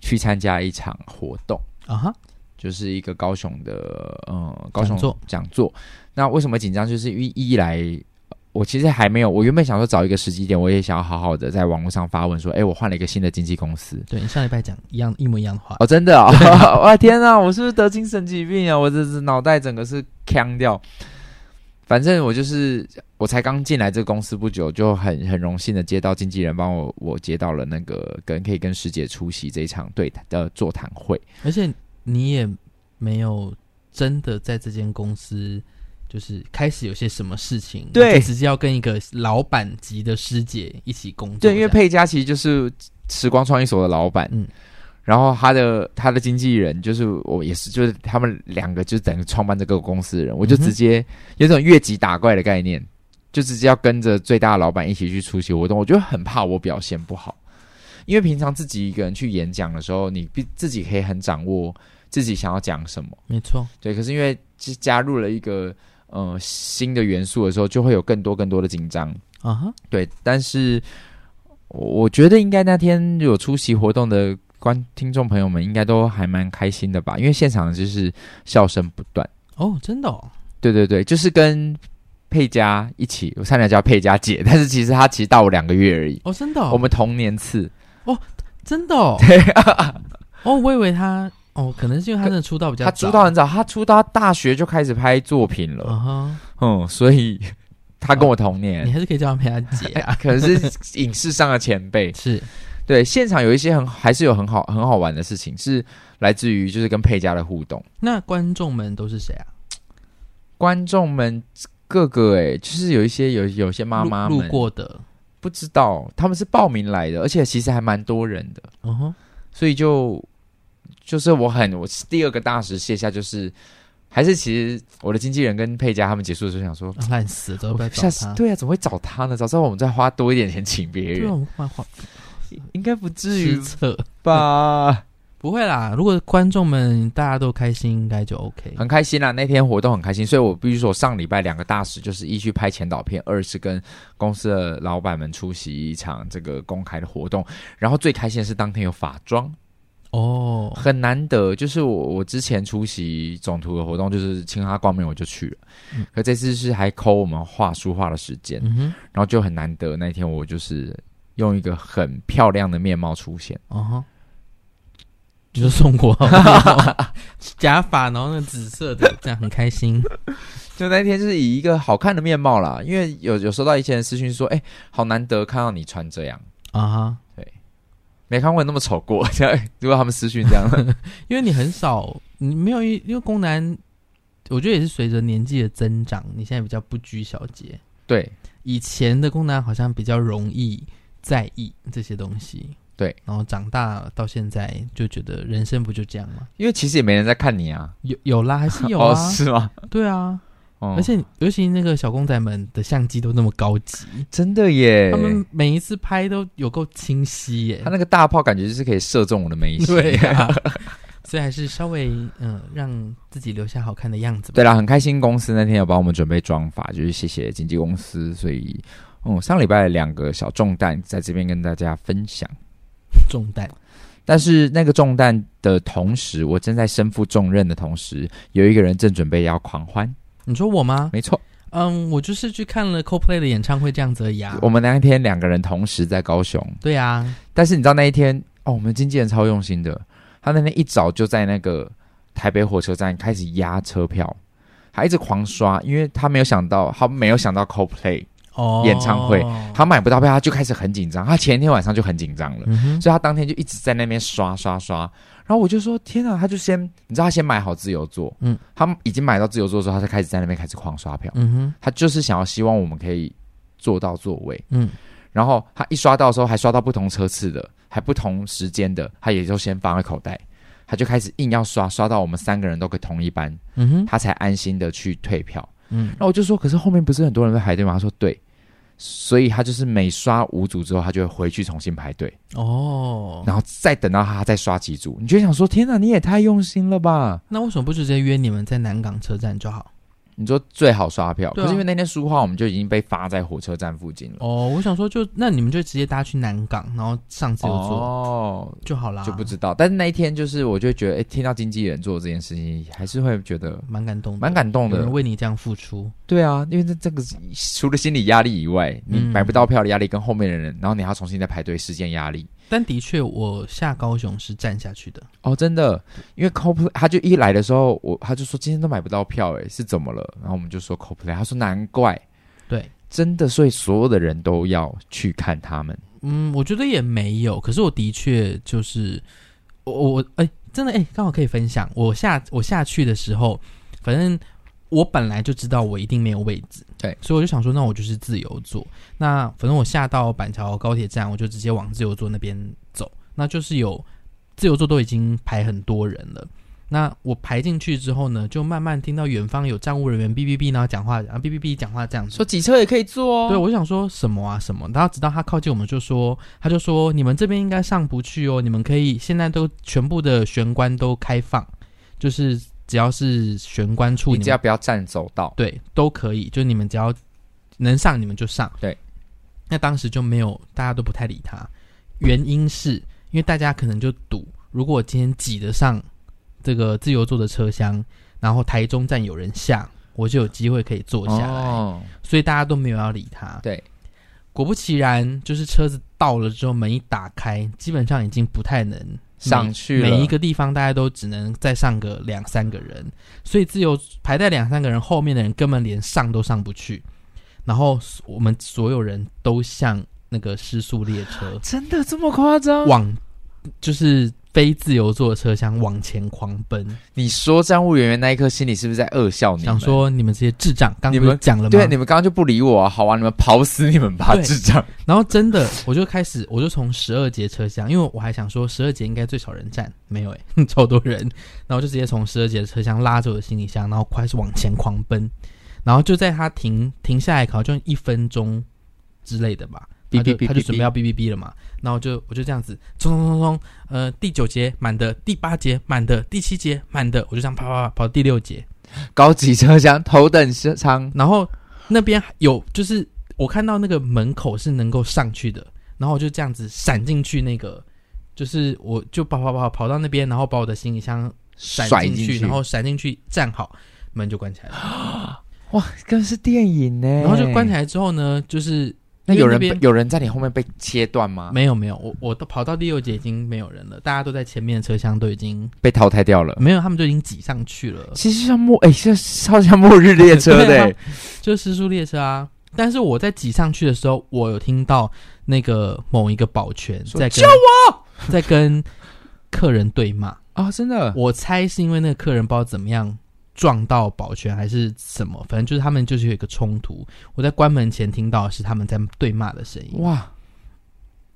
S2: 去参加一场活动，
S1: 啊哈，
S2: 就是一个高雄的呃高雄
S1: 讲座
S2: 讲座。那为什么紧张？就是因为一来。呃我其实还没有，我原本想说找一个时机点，我也想要好好的在网络上发问说，哎，我换了一个新的经纪公司，
S1: 对你上礼拜讲一样一模一样的话，
S2: 哦，真的哦！ 哇天啊，我是不是得精神疾病啊？我这是脑袋整个是腔掉。反正我就是，我才刚进来这个公司不久，就很很荣幸的接到经纪人帮我，我接到了那个跟可以跟师姐出席这一场对谈的座谈会。
S1: 而且你也没有真的在这间公司。就是开始有些什么事情，
S2: 对
S1: 你就直接要跟一个老板级的师姐一起工作这
S2: 对，
S1: 样，
S2: 因为佩佳其实就是时光创意所的老板，
S1: 嗯
S2: 然后他的他的经纪人就是我也是，就是他们两个就是等于创办这个公司的人，我就
S1: 嗯哼
S2: 直接有种越级打怪的概念，就直接要跟着最大的老板一起去出席活动，我就很怕我表现不好，因为平常自己一个人去演讲的时候，你必自己可以很掌握自己想要讲什么。
S1: 没错，
S2: 对，可是因为是加入了一个呃新的元素的时候，就会有更多更多的紧张。
S1: 啊哈，
S2: 对，但是我我觉得应该那天有出席活动的观听众朋友们应该都还蛮开心的吧？因为现场就是笑声不断。
S1: 哦，真的哦，
S2: 对对对，就是跟佩佳一起，我差点叫佩佳姐，但是其实她其实大我两个月而已，
S1: 哦，真的哦，
S2: 我们同年次。
S1: 真的 哦，哦，我以为他哦，可能是因为他真的出道比较
S2: 她
S1: 早，
S2: 出道很早，她出道大学就开始拍作品了，
S1: 嗯哼，
S2: 嗯，所以她跟我同年
S1: 哦你。还是可以叫他陪他姐
S2: 哎
S1: 啊，，
S2: 可能是影视上的前辈
S1: 哎是
S2: 对现场有一些很还是有很好很好玩的事情，是来自于就是跟佩佳的互动，
S1: 那观众们都是谁啊？
S2: 观众们各个哎、就是有一些有有些妈妈
S1: 路
S2: 们
S1: 路过的，
S2: 不知道他们是报名来的，而且其实还蛮多人的，
S1: 嗯哼，
S2: 所以就就是我很我第二个大石卸下就是还是其实我的经纪人跟佩佳他们结束的时候想说，
S1: 啊烂死了，都不要
S2: 我
S1: 找
S2: 下次
S1: 他。
S2: 对啊，怎么会找他呢？早知道我们再花多一点钱请别
S1: 对啊，
S2: 人，
S1: 我画画
S2: 应该不至于
S1: 失策，
S2: 吧？
S1: 不会啦。如果观众们大家都开心，应该就 OK。
S2: 很开心啦，啊那天活动很开心，所以我必须说，上礼拜两个大使就是一去拍前导片，二是跟公司的老板们出席一场这个公开的活动，然后最开心的是当天有法妆，
S1: 哦，
S2: 很难得。就是我我之前出席总图的活动，就是青哈光明我就去了，
S1: 嗯
S2: 可这次是还抠我们画书画的时间，
S1: 嗯哼，
S2: 然后就很难得那天我就是用一个很漂亮的面貌出现，
S1: 哦吼，你就送 我假发，然后那紫色的，这样很开 心。
S2: 就那天就是以一个好看的面貌啦，因为有有收到一些人私讯说，哎、好难得看到你穿这样。
S1: 啊哈，
S2: 没看过那么丑过，这样如果他们私讯这样，
S1: 因为你很少，你没有一，因为宫男，我觉得也是随着年纪的增长，你现在比较不拘小节。
S2: 对，
S1: 以前的宫男好像比较容易在意这些东西，
S2: 对。
S1: 然后长大了到现在就觉得人生不就这样吗？
S2: 因为其实也没人在看你啊，
S1: 有有啦，还是有啊，
S2: 哦，是吗？
S1: 对啊，
S2: 哦
S1: 而且尤其那个小公仔们的相机都那么高级，
S2: 真的耶，
S1: 他
S2: 他
S1: 们每一次拍都有够清晰耶。
S2: 那个大炮感觉就是可以射中我的眉心，
S1: 对啊，所以还是稍微嗯、呃让自己留下好看的样子吧。
S2: 对啦，很开心公司那天有帮我们准备妆发，就是谢谢经纪公司，所以嗯，上礼拜两个小重担在这边跟大家分享。
S1: 重担
S2: 但是那个重担的同时，我正在身负重任的同时，有一个人正准备要狂欢。
S1: 你说我吗？
S2: 没错，
S1: 嗯，我就是去看了 Coldplay 的演唱会这样子而已啊。
S2: 我们那一天两个人同时在高雄，
S1: 对啊，
S2: 但是你知道那一天哦，我们经纪人超用心的，他那天一早就在那个台北火车站开始压车票，他一直狂刷，因为他没有想到，他没有想到 CoPlay，
S1: 哦，
S2: 演唱会他买不到票，他就开始很紧张，他前一天晚上就很紧张了。
S1: 嗯哼，
S2: 所以他当天就一直在那边刷刷刷，然后我就说天啊，他就先你知道他先买好自由座，
S1: 嗯
S2: 嗯，他已经买到自由座的时候，他就开始在那边开始狂刷票，
S1: 嗯哼，
S2: 他就是想要希望我们可以坐到座位，
S1: 嗯，
S2: 然后他一刷到的时候，还刷到不同车次的，还不同时间的，他也就先放在口袋，他就开始硬要刷，刷到我们三个人都可以同一班，
S1: 嗯哼，
S2: 他才安心的去退票。
S1: 嗯，
S2: 那我就说，可是后面不是很多人在排队吗？他说对，所以他就是每刷五组之后，他就会回去重新排队，
S1: 哦，
S2: 然后再等到他再刷几组，你就想说，天哪，你也太用心了吧！
S1: 那为什么不直接约你们在南港车站就好？
S2: 你说最好刷票，
S1: 对啊
S2: 可是因为那天书画我们就已经被发在火车站附近了，
S1: 哦，我想说就那你们就直接搭去南港，然后上自由座
S2: 哦，
S1: 就好啦，
S2: 就不知道。但是那一天就是，我就觉得，哎、听到经纪人做这件事情，还是会觉得
S1: 蛮感动的，
S2: 蛮感动
S1: 有
S2: 的
S1: 人。为你这样付出，
S2: 对啊，因为这这个除了心理压力以外，你
S1: 嗯
S2: 买不到票的压力，跟后面的人，然后你还要重新再排队，时间压力。
S1: 但的确我下高雄是站下去的，
S2: 哦，真的，因为 CoPlay 他就一来的时候，我他就说今天都买不到票、诶，是怎么了？然后我们就说 CoPlay，他说难怪，
S1: 对，
S2: 真的，所以所有的人都要去看他们。
S1: 嗯，我觉得也没有，可是我的确就是我我我哎、真的哎，刚、好可以分享。我下我下去的时候，反正我本来就知道我一定没有位置，
S2: 对，
S1: 所以我就想说，那我就是自由座。那反正我下到板桥高铁站，我就直接往自由座那边走。那就是有自由座都已经排很多人了。那我排进去之后呢，就慢慢听到远方有站务人员哔哔哔，然后讲话，然后哔哔哔讲话这样子。
S2: 说挤车也可以坐哦。
S1: 对，我想说什么啊什么，然后直到他靠近我们就说，他就说你们这边应该上不去哦，你们可以现在都全部的玄关都开放，就是只要是玄关处，
S2: 你
S1: 你
S2: 只要
S1: 们
S2: 不要占走道。
S1: 对都可以，就你们只要能上你们就上。
S2: 对，
S1: 那当时就没有，大家都不太理他，原因是因为大家可能就赌，如果我今天挤得上这个自由座的车厢，然后台中站有人下，我就有机会可以坐下来，
S2: 哦，
S1: 所以大家都没有要理他。
S2: 对，
S1: 果不其然，就是车子到了之后，门一打开，基本上已经不太能
S2: 上去了
S1: 每一个地方大概都只能再上个两三个人，所以自由排在两三个人后面的人根本连上都上不去，然后我们所有人都像那个失速列车
S2: 真的这么夸张？
S1: 往就是非自由座的车厢往前狂奔，
S2: 你说站务人员那一刻心里是不是在恶笑你们？
S1: 想说你们这些智障，刚
S2: 你
S1: 刚
S2: 们
S1: 不是讲了吗？
S2: 对，你们刚刚就不理我、啊，好啊，你们跑死你们吧，
S1: 对
S2: 智障！
S1: 然后真的我就开始我就从十二节车厢，因为我还想说十二节应该最少人站，没有诶、欸 超多人，然后就直接从十二节的车厢拉着我的行李箱，然后开始往前狂奔，然后就在他停停下来，好像一分钟之类的吧，
S2: 哔
S1: 他就
S2: 哔哔
S1: 他就
S2: 哔
S1: 准备要哔哔哔了嘛，然后就我就这样子冲冲冲冲，呃，第九节满的，第八节满的，第七节满的，我就这样啪啪啪跑到第六节，
S2: 高级车厢头等车舱，
S1: 然后那边有就是我看到那个门口是能够上去的，然后我就这样子闪进去那个，就是我就跑跑跑跑到那边，然后把我的行李箱闪
S2: 甩
S1: 进
S2: 进
S1: 然后闪进去站好，门就关起来了。
S2: 哇，更是电影呢、
S1: 然后就关起。来之后呢，就是
S2: 那
S1: 因为
S2: 有人被
S1: 边。
S2: 有人在你后面被切断吗？
S1: 没有没有，我我都跑到第六节已经没有人了，大家都在前面的车厢都已经
S2: 被淘汰掉了。
S1: 没有，他们都已经挤上去了。
S2: 其实像末哎，这、超像末日列车 的、
S1: 对啊就是失速列车啊。但是我在挤上去的时候，我有听到那个某一个保全
S2: 说
S1: 在
S2: 救
S1: 我， 在跟客人对骂。
S2: 啊，真的
S1: 我猜是因为那个客人不知道怎么样撞到保全还是什么，反正就是他们就是有一个冲突。我在关门前听到的是他们在对骂的声音，
S2: 哇，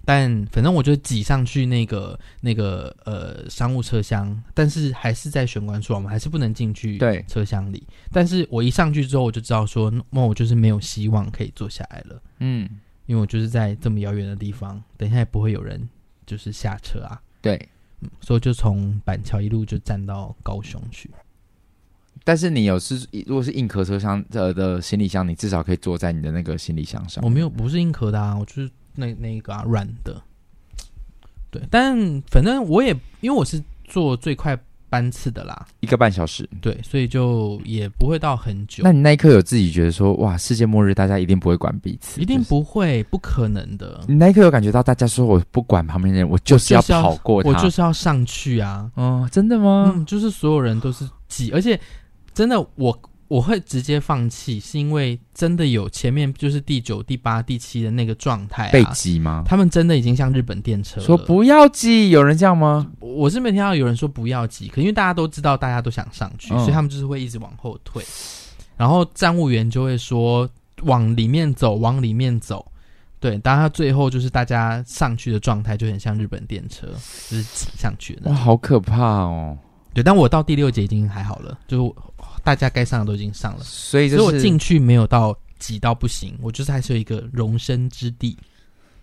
S1: 但反正我就挤上去那个那个呃商务车厢，但是还是在玄关处啊，我们还是不能进去。
S2: 对，
S1: 车厢里，但是我一上去之后，我就知道说，那我就是没有希望可以坐下来了，
S2: 嗯，
S1: 因为我就是在这么遥远的地方，等一下也不会有人就是下车啊，
S2: 对。
S1: 所以我就从板桥一路就站到高雄去。
S2: 但是你有是，如果是硬壳车厢的的行李箱，你至少可以坐在你的那个行李箱上。
S1: 我没有不是硬壳的啊，我就是那那个啊软的，对，但反正我也因为我是坐最快班次的啦，
S2: 一个半小时，
S1: 对，所以就也不会到很久
S2: 那，你那一刻有自己觉得说，哇，世界末日，大家一定不会管彼此，
S1: 一定
S2: 就是
S1: 不会，不可能的。
S2: 你那一刻有感觉到大家说我不管旁边的人，我就是要
S1: 就是要
S2: 跑过他。
S1: 我就是要上去啊，
S2: 哦，真的吗？
S1: 嗯，就是所有人都是挤，而且真的我我会直接放弃，是因为真的有前面就是第九、第八、第七的那个状态、
S2: 被
S1: 啊，
S2: 挤吗？
S1: 他们真的已经像日本电车了
S2: 说，不要挤，有人这样吗？
S1: 我我是没听到有人说不要挤，可因为大家都知道大家都想上去，
S2: 嗯
S1: 所以他们就是会一直往后退，然后站务员就会说往里面走，往里面走。对，当然他最后就是大家上去的状态就很像日本电车，就是挤上去的那种
S2: 哇，好可怕哦！
S1: 对，但我到第六节已经还好了，就是我大家该上的都已经上了，
S2: 所以
S1: 所
S2: 就
S1: 以我
S2: 是
S1: 进去没有到挤到不行，我就是还是有一个容身之地，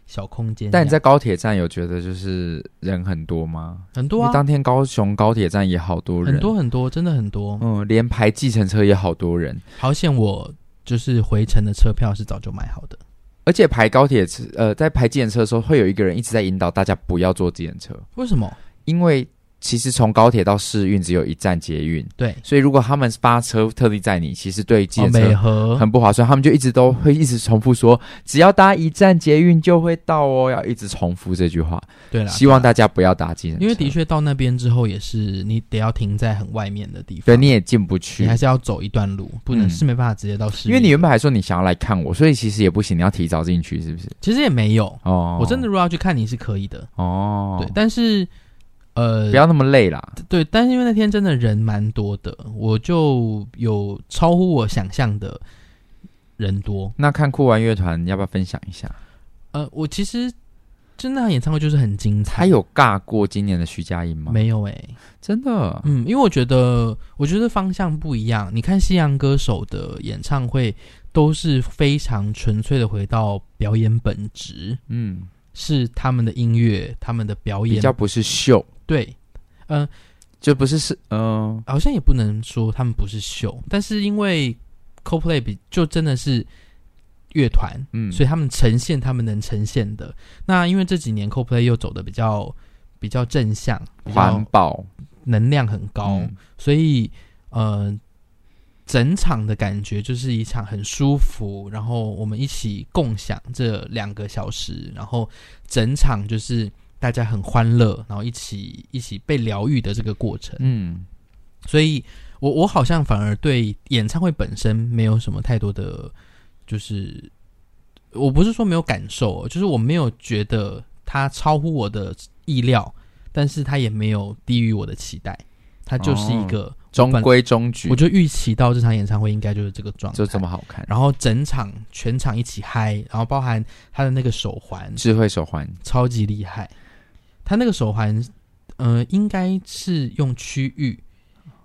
S1: 小空间这样。
S2: 但你在高铁站有觉得就是人很多吗？
S1: 很
S2: 因
S1: 多
S2: 为
S1: 啊，
S2: 当天高雄高铁站也好多人，
S1: 很多很多，真的很多。
S2: 嗯，连排计程车也好多人，
S1: 好险我就是回程的车票是早就买好的，
S2: 而且排高铁车呃，在排计程车的时候，会有一个人一直在引导大家不要坐计程车，
S1: 为什么？
S2: 因为其实从高铁到市运只有一站捷运，
S1: 对，
S2: 所以如果他们发车特地载你，其实对计
S1: 哦，
S2: 程
S1: 美
S2: 车
S1: 和
S2: 很不划算。他们就一直都会一直重复说，只要搭一站捷运就会到哦，要一直重复这句话。
S1: 对了，
S2: 希望
S1: 对啦
S2: 大家不要搭计程车，
S1: 因为的确到那边之后也是你得要停在很外面的地方，
S2: 对你也进不
S1: 你
S2: 去
S1: 还。是要走一段路，不能、
S2: 嗯
S1: 是没办法直接到市
S2: 因
S1: 里，
S2: 为你原本还说你想要来看我，所以其实也不行，你要提早进去，是不是？
S1: 其实也没有，
S2: 哦，
S1: 我真的如果要去看你是可以的，
S2: 哦，
S1: 对，，但是呃
S2: 不，要那么累啦。
S1: 对，但是因为那天真的人蛮多的，我就有超乎我想象的人多。
S2: 那看酷玩乐团要不要分享一下？
S1: 呃，我其实真的演唱会就是很精彩，
S2: 他有尬过今年的徐佳莹吗？，
S1: 没有哎、
S2: 真的。
S1: 嗯，因为我觉得，我觉得方向不一样。你看西洋歌手的演唱会都是非常纯粹的回到表演本质，
S2: 嗯，
S1: 是他们的音乐，他们的表
S2: 比
S1: 演
S2: 较不是秀，
S1: 对。嗯、
S2: 就不是是嗯、
S1: 好像也不能说他们不是秀，但是因为 CoPlay 比就真的是乐团，
S2: 嗯，
S1: 所以他们呈现他们能呈现的。那因为这几年 CoPlay 又走的比较比较正向，比较
S2: 环保
S1: 能量很高，
S2: 嗯
S1: 所以呃，整场的感觉就是一场很舒服，然后我们一起共享这两个小时，然后整场就是大家很欢乐，然后一起一起被疗愈的这个过程。
S2: 嗯，
S1: 所以我我好像反而对演唱会本身没有什么太多的，就是我不是说没有感受哦，就是我没有觉得它超乎我的意料，但是它也没有低于我的期待，它就是一个、
S2: 中
S1: 本
S2: 规中矩
S1: 我，就预期到这场演唱会应该就是这个状态，
S2: 就这么好看。
S1: 然后整场全场一起嗨，然后包含他的那个手环
S2: 智慧手环，
S1: 超级厉害，他那个手环，呃，应该是用区域，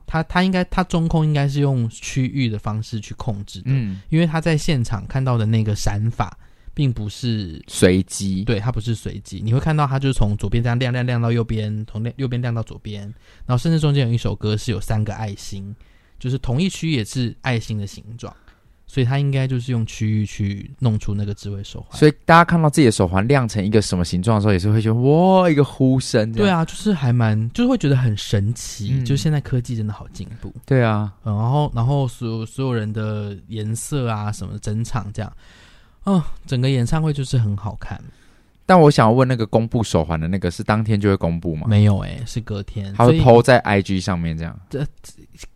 S1: 他他应该他中控应该是用区域的方式去控制的，
S2: 嗯，
S1: 因为他在现场看到的那个闪法，并不是
S2: 随机，
S1: 对，它不是随机，你会看到它就是从左边这样亮亮亮到右边，从亮右边亮到左边，然后甚至中间有一首歌是有三个爱心，就是同一区也是爱心的形状，所以它应该就是用区域去弄出那个智慧手环。
S2: 所以大家看到自己的手环亮成一个什么形状的时候，也是会觉得哇，一个呼声。
S1: 对，啊，就是还蛮，就是会觉得很神奇，
S2: 嗯
S1: 就是现在科技真的好进步。
S2: 对啊，
S1: 嗯然后，然后所有所有人的颜色啊，什么整场这样，嗯、整个演唱会就是很好看。
S2: 但我想要问，那个公布手环的那个是当天就会公布吗？
S1: 没有诶、是隔天，
S2: 他
S1: 所
S2: 会
S1: 以
S2: PO 在 IG 上面这样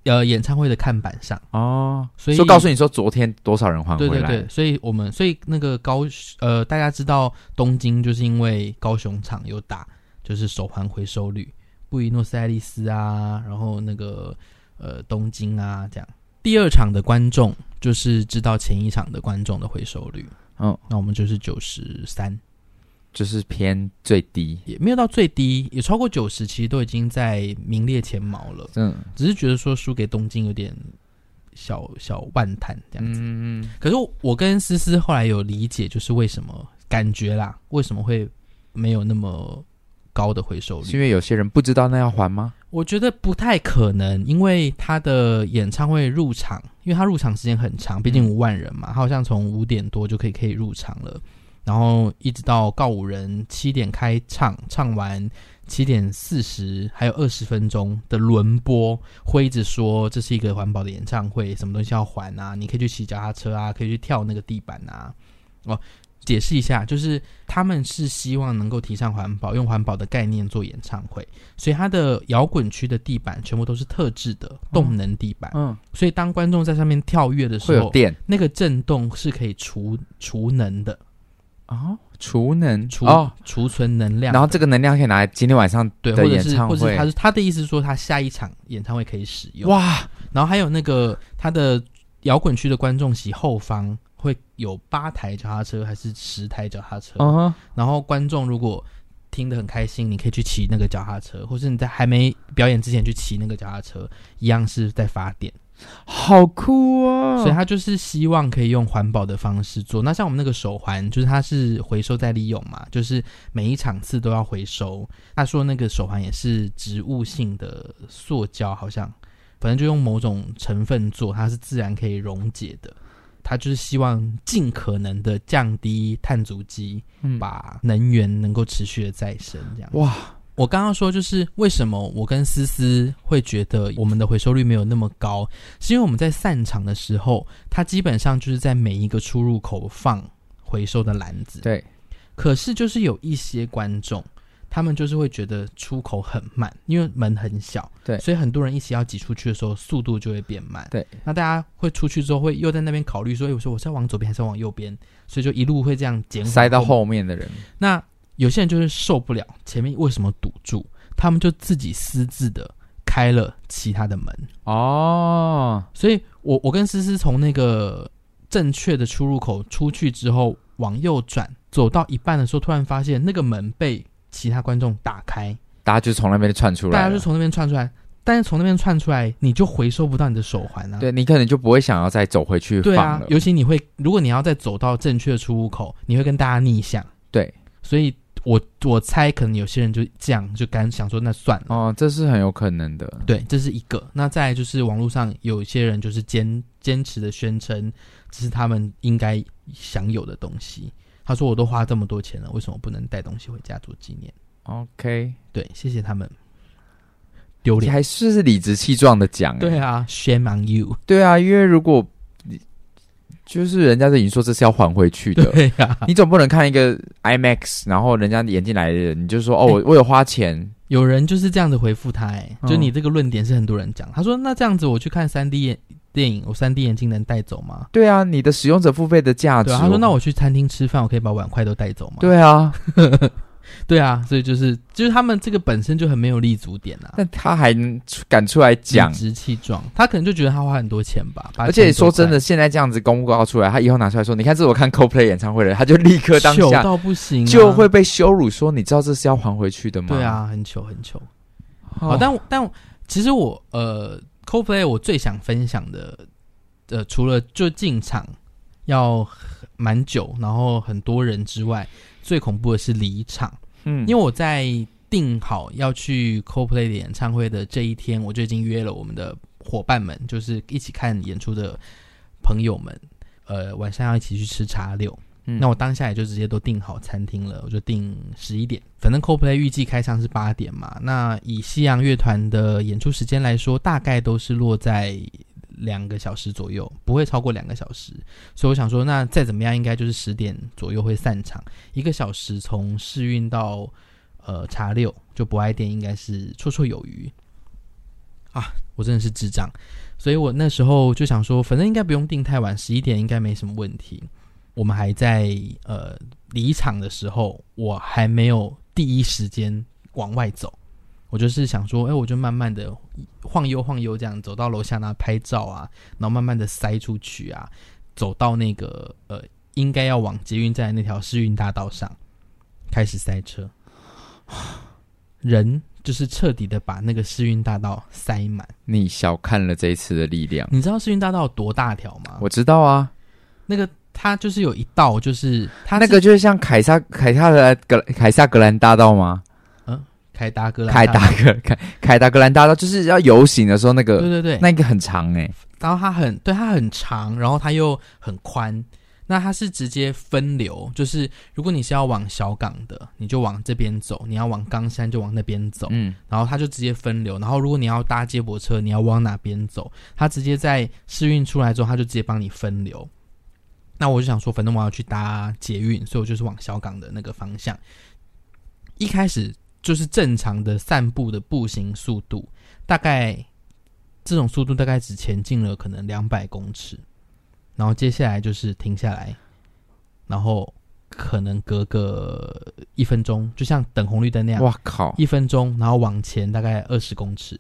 S1: 呃演唱会的看板上，
S2: 哦，
S1: 所以
S2: 就告诉你说昨天多少人还回
S1: 对
S2: 来，
S1: 对对，所以我们所以那个高呃，大家知道东京就是因为高雄场有打，就是手环回收率，布宜诺斯艾利斯啊，然后那个呃东京啊这样。第二场的观众就是知道前一场的观众的回收率，
S2: 嗯，
S1: 那我们就是九十三，
S2: 就是偏最低，
S1: 也没有到最低，也超过九十，其实都已经在名列前茅了。
S2: 嗯
S1: 只是觉得说输给东京有点小小万叹这样子。
S2: 嗯嗯，
S1: 可是我我跟思思后来有理解，就是为什么感觉啦，为什么会没有那么高的回收
S2: 是
S1: 率？
S2: 因为有些人不知道那要还吗？
S1: 我觉得不太可能，因为他的演唱会入场，因为他入场时间很长，毕竟五万人嘛，他好像从五点多就可以可以入场了，然后一直到告五人七点开唱，唱完七点四十还有二十分钟的轮播，会一直说这是一个环保的演唱会，什么东西要还啊？你可以去骑脚踏车啊，可以去跳那个地板啊。哦，解释一下，就是他们是希望能够提倡环保，用环保的概念做演唱会。所以它的摇滚区的地板全部都是特制的动能地板，
S2: 嗯，
S1: 所以当观众在上面跳跃的
S2: 会
S1: 时
S2: 有
S1: 候，
S2: 电
S1: 那个震动是可以除除能的，
S2: 哦，储能
S1: 除、
S2: 哦，
S1: 储存能量的。
S2: 然后这个能量可以拿来今天晚上
S1: 对，
S2: 的
S1: 或者
S2: 演
S1: 是
S2: 唱
S1: 或者
S2: 会嗯
S1: 是他是他的意思是说，他下一场演唱会可以使用。
S2: 哇，
S1: 然后还有那个他的摇滚区的观众席后方会有八台脚踏车还是十台脚踏车，
S2: 嗯哼，
S1: 然后观众如果听得很开心，你可以去骑那个脚踏车，或是你在还没表演之前去骑那个脚踏车，一样是在发电。
S2: 好酷哦！
S1: 所以他就是希望可以用环保的方式做。那像我们那个手环，就是它是回收再利用嘛，就是每一场次都要回收。他说那个手环也是植物性的塑胶，好像反正就用某种成分做，它是自然可以溶解的。他就是希望尽可能的降低碳足迹，
S2: 嗯
S1: 把能源能够持续的再生，这样。
S2: 哇，
S1: 我刚刚说，就是为什么我跟思思会觉得我们的回收率没有那么高，是因为我们在散场的时候，它基本上就是在每一个出入口放回收的篮子。
S2: 对，
S1: 可是就是有一些观众，他们就是会觉得出口很慢，因为门很小，
S2: 对
S1: 所以很多人一起要挤出去的时候，速度就会变慢。
S2: 对，
S1: 那大家会出去之后，会又在那边考虑说，哎我说我是要往左边还是要往右边，所以就一路会这样减缓
S2: 塞到后面的人，
S1: 那有些人就是受不了前面为什么堵住，他们就自己私自的开了其他的门。
S2: 哦，
S1: 所以我我跟思思从那个正确的出入口出去之后，往右转，走到一半的时候，突然发现那个门被其他观众打开，
S2: 大家就从那边窜出
S1: 大
S2: 来
S1: 家
S2: 了
S1: 就从那边窜出来。但是从那边窜出来，你就回收不到你的手环啊。
S2: 对你可能就不会想要再走回去
S1: 对
S2: 放
S1: 啊
S2: 了，，
S1: 尤其你会，如果你要再走到正确的出入口，你会跟大家逆向。
S2: 对，
S1: 所以我我猜可能有些人就这样，就干想说那算了。
S2: 哦，这是很有可能的。
S1: 对，这是一个。那再来就是网络上有一些人就是坚坚持的宣称，这是他们应该享有的东西。他说：“我都花这么多钱了，为什么不能带东西回家做纪念
S2: OK，
S1: 对，谢谢他们，丢
S2: 你
S1: 脸。
S2: 还是是理直气壮的讲、欸，
S1: 对啊，Shame on you！
S2: 对啊，因为如果你就是人家都已经说这是要还回去的，
S1: 对啊，
S2: 你总不能看一个 IMAX，然后人家演进来的人，你就说哦，我我有花钱，
S1: 有人就是这样子回复他、欸，
S2: 嗯
S1: 就你这个论点是很多人讲，他说那这样子我去看三 D 眼电影，我三 D 眼镜能带走吗？
S2: 对啊，你的使用者付费的价值，
S1: 对啊，他说那我去餐厅吃饭，我可以把碗筷都带走吗？
S2: 对啊，
S1: 对啊，所以就是就是他们这个本身就很没有立足点啊，
S2: 但他还敢出来讲
S1: 理，直气壮，他可能就觉得他花很多钱吧，把
S2: 而且
S1: 啊钱
S2: 说
S1: 收回
S2: 真
S1: 来
S2: 的，现在这样子公告出来，他以后拿出来说，你看这是我看 CoPlay 演唱会的，他就立刻当
S1: 糗
S2: 下
S1: 到不行、啊，
S2: 就会被羞辱说，你知道这是要还回去的吗？
S1: 对，啊，很糗很糗。
S2: 哦
S1: 哦，但我但我其实我呃，CoPlay 我最想分享的，呃，除了就进场要很蛮久，然后很多人之外，最恐怖的是离场，
S2: 嗯
S1: 因为我在定好要去 CoPlay 的演唱会的这一天，我就已经约了我们的伙伴们，就是一起看演出的朋友们，呃，晚上要一起去吃茶六。
S2: 嗯
S1: 那我当下也就直接都订好餐厅了，我就订十一点。反正 CoPlay 预计开唱是八点嘛，那以西洋乐团的演出时间来说，大概都是落在两个小时左右，不会超过两个小时。所以我想说，那再怎么样，应该就是十点左右会散场，一个小时从试运到呃茶六就不爱店，应该是绰绰有余。啊，我真的是智障，所以我那时候就想说，反正应该不用订太晚，十一点应该没什么问题。我们还在呃离场的时候，我还没有第一时间往外走，我就是想说，哎、我就慢慢的晃悠晃悠这样走到楼下那拍照啊，然后慢慢的塞出去啊，走到那个呃应该要往捷运站的那条市运大道上，开始塞车，人就是彻底的把那个市运大道塞满。
S2: 你小看了这一次的力量，
S1: 你知道市运大道有多大条吗？
S2: 嗯我知道啊，
S1: 那个它就是有一道，就是它
S2: 那
S1: 是
S2: 个就是像凯撒凯撒格兰格凯撒格兰大道吗？
S1: 凯达格兰
S2: 凯
S1: 大
S2: 达格凯凯达格兰大道就是要游行的时候那
S1: 对
S2: 个
S1: 对对，
S2: 那个很长哎、
S1: 然后它很对它很长，然后它又很宽。那它是直接分流，就是如果你是要往小港的，你就往这边走；你要往冈山就往那边走。
S2: 嗯，
S1: 然后它就直接分流。然后如果你要搭接驳车，你要往哪边走，它直接在试运出来之后，它就直接帮你分流。那我就想说，反正我要去搭捷运，所以我就是往小港的那个方向。一开始就是正常的散步的步行速度，大概这种速度大概只前进了可能两百公尺，然后接下来就是停下来，然后可能隔个一分钟，就像等红绿灯那样，
S2: 哇靠，
S1: 一分钟，然后往前大概二十公尺，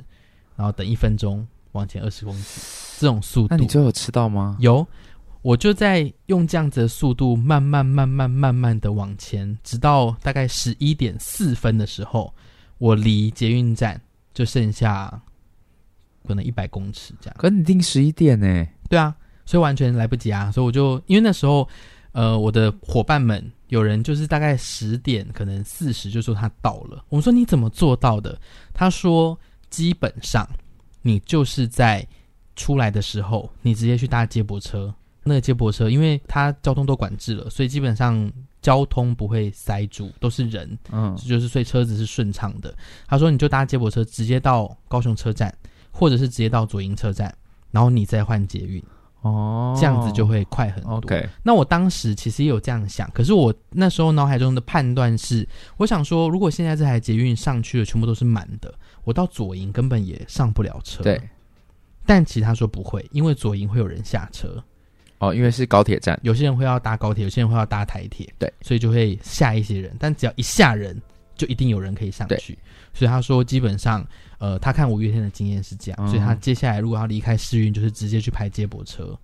S1: 然后等一分钟往前二十公尺，这种速
S2: 那
S1: 度
S2: 你最后有吃到吗？
S1: 有，我就在用这样子的速度慢慢慢慢慢慢的往前，直到大概十一点四分的时候，我离捷运站就剩下可能一百公尺这样。
S2: 可你定十一点呢、
S1: 对啊，所以完全来不及啊，所以我就因为那时候，呃，我的伙伴们有人就是大概十点可能四十就说他到了，我们说你怎么做到的？他说基本上你就是在出来的时候，你直接去搭接驳车，那个接驳车因为它交通都管制了，所以基本上交通不会塞住，都是人，
S2: 嗯，
S1: 就是所以车子是顺畅的。他说你就搭接驳车直接到高雄车站，或者是直接到左营车站，然后你再换捷运，
S2: 哦，
S1: 这样子就会快很多。
S2: OK，
S1: 那我当时其实也有这样想，可是我那时候脑海中的判断是，我想说，如果现在这台捷运上去了，全部都是满的，我到左营根本也上不了车。
S2: 对，
S1: 但其实他说不会，因为左营会有人下车，
S2: 哦，因为是高铁站，
S1: 有些人会要搭高铁，有些人会要搭台铁，
S2: 对，
S1: 所以就会下一些人，但只要一下人，就一定有人可以上去。所以他说，基本上，呃，他看五月天的经验是这样，
S2: 嗯
S1: 所以他接下来如果要离开试运，就是直接去排接驳车，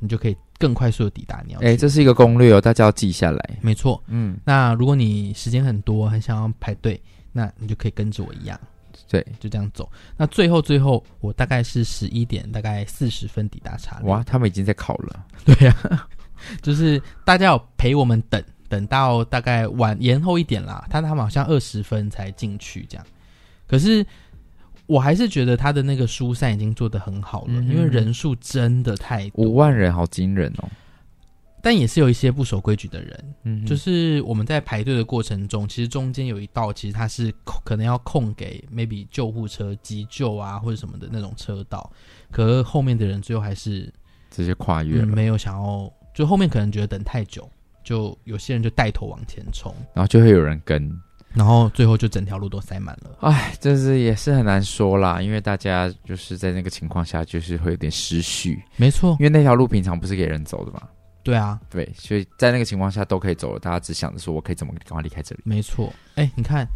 S1: 你就可以更快速的抵达你要去。
S2: 哎、这是一个攻略哦，大家要记下来。
S1: 没错。
S2: 嗯，
S1: 那如果你时间很多，很想要排队，那你就可以跟着我一样，
S2: 对，
S1: 就这样走。那最后最后，我大概是十一点，大概四十分抵达茶
S2: 哇，
S1: 寮。
S2: 他们已经在考了，
S1: 对呀、 就是大家有陪我们等，等到大概晚延后一点啦，他他们好像二十分才进去这样。可是我还是觉得他的那个疏散已经做得很好了，
S2: 嗯哼
S1: 因为人数真的太多，
S2: 五万人好惊人哦。
S1: 但也是有一些不守规矩的人，
S2: 嗯，
S1: 就。是我们在排队的过程中，其实中间有一道，其实它是空可能要空给 maybe 救护车急救啊或者什么的那种车道，可是后面的人最后还是、
S2: 直接跨越
S1: 嗯、
S2: 了，
S1: 没有想要，就后面可能觉得等太久，就有些人就带头往前冲，
S2: 然后就会有人跟，
S1: 然后最后就整条路都塞满了。
S2: 哎，这是也是很难说啦，因为大家就是在那个情况下，就是会有点失序，
S1: 没错，
S2: 因为那条路平常不是给人走的嘛，
S1: 对啊，
S2: 对，所以在那个情况下都可以走了，大家只想着说我可以怎么赶快离开这里，
S1: 没错。哎，你看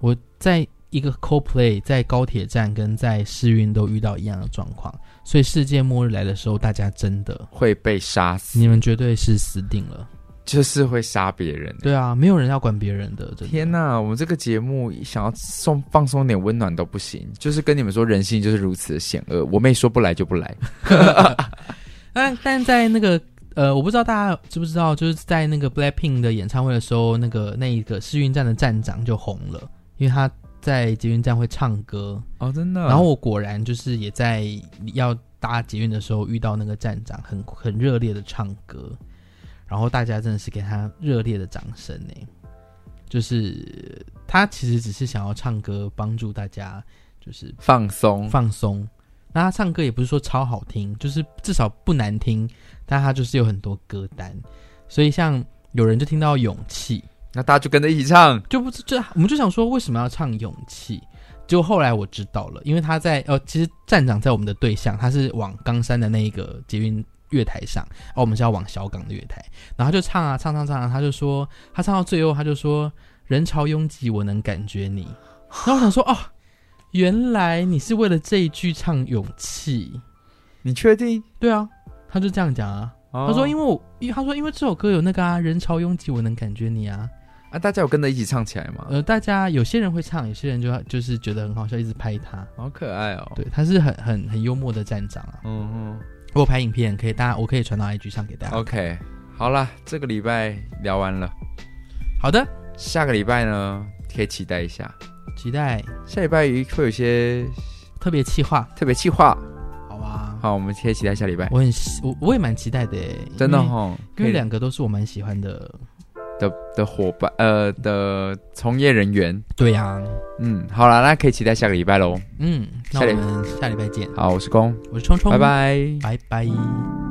S1: 我在一个 CoPlay 在高铁站跟在试运都遇到一样的状况，所以世界末日来的时候，大家真的。
S2: 会被杀死，
S1: 你们绝对是死定了，
S2: 就是会杀别人。
S1: 对啊，没有人要管别人的，真的
S2: 天呐，我们这个节目想要送放松点温暖都不行，就是跟你们说人性就是如此的险恶。我妹说不来就不来，
S1: 但哎但在那个呃，我不知道大家知不知道，就是在那个 Blackpink 的演唱会的时候，那个那一个试运站的站长就红了，因为他在捷运站会唱歌。
S2: 哦，真的
S1: 然后我果然就是也在要搭捷运的时候遇到那个站长很，很热烈的唱歌，然后大家真的是给他热烈的掌声呢。就是他其实只是想要唱歌帮助大家，就是
S2: 放松，
S1: 放松。那他唱歌也不是说超好听，就是至少不难听，但他就是有很多歌单，所以像有人就听到勇气，
S2: 那大家就跟着一起唱。
S1: 就不就我们就想说为什么要唱勇气？结果后来我知道了，因为他在呃，其实站长在我们的对象，他是往冈山的那一个捷运月台上，而、我们是要往小港的月台，然后他就唱啊唱唱唱啊，他就说他唱到最后，他就说人潮拥挤，我能感觉你。然后我想说哦，原来你是为了这一句唱勇气，
S2: 你确定？
S1: 对啊，他就这样讲啊，
S2: 他
S1: 他说
S2: 为
S1: 因为我，因为他说因为这首歌有那个啊，人潮拥挤，我能感觉你啊，
S2: 啊，大家有跟着一起唱起来吗？
S1: 呃，大家有些人会唱，有些人就就是觉得很好笑，一直拍他。
S2: 好可爱哦。
S1: 对，他是很很很幽默的站长啊。
S2: 嗯
S1: 我有拍影片可以，大家我可以传到 IG 上给大
S2: 嗯
S1: 家。
S2: ，OK，好啦，这个礼拜聊完了，
S1: 好的，
S2: 下个礼拜呢可以期待一下，
S1: 期待
S2: 下礼拜会有一些
S1: 特别企划，
S2: 特别企划，
S1: 好啊。
S2: 好，我们可以期待下礼拜。
S1: 我很喜我我也蛮期待的耶，
S2: 真的
S1: 因为
S2: 哈，
S1: 因
S2: 可
S1: 为
S2: 以
S1: 两个都是我蛮喜欢的。
S2: 的的伙伴，呃的从业人员，
S1: 对呀、啊，
S2: 嗯，好啦，那可以期待下个礼拜喽。
S1: 嗯，那
S2: 下
S1: 我
S2: 礼
S1: 们下礼拜见。
S2: 好，我是公，
S1: 我是冲冲，
S2: 拜，拜。
S1: 拜拜。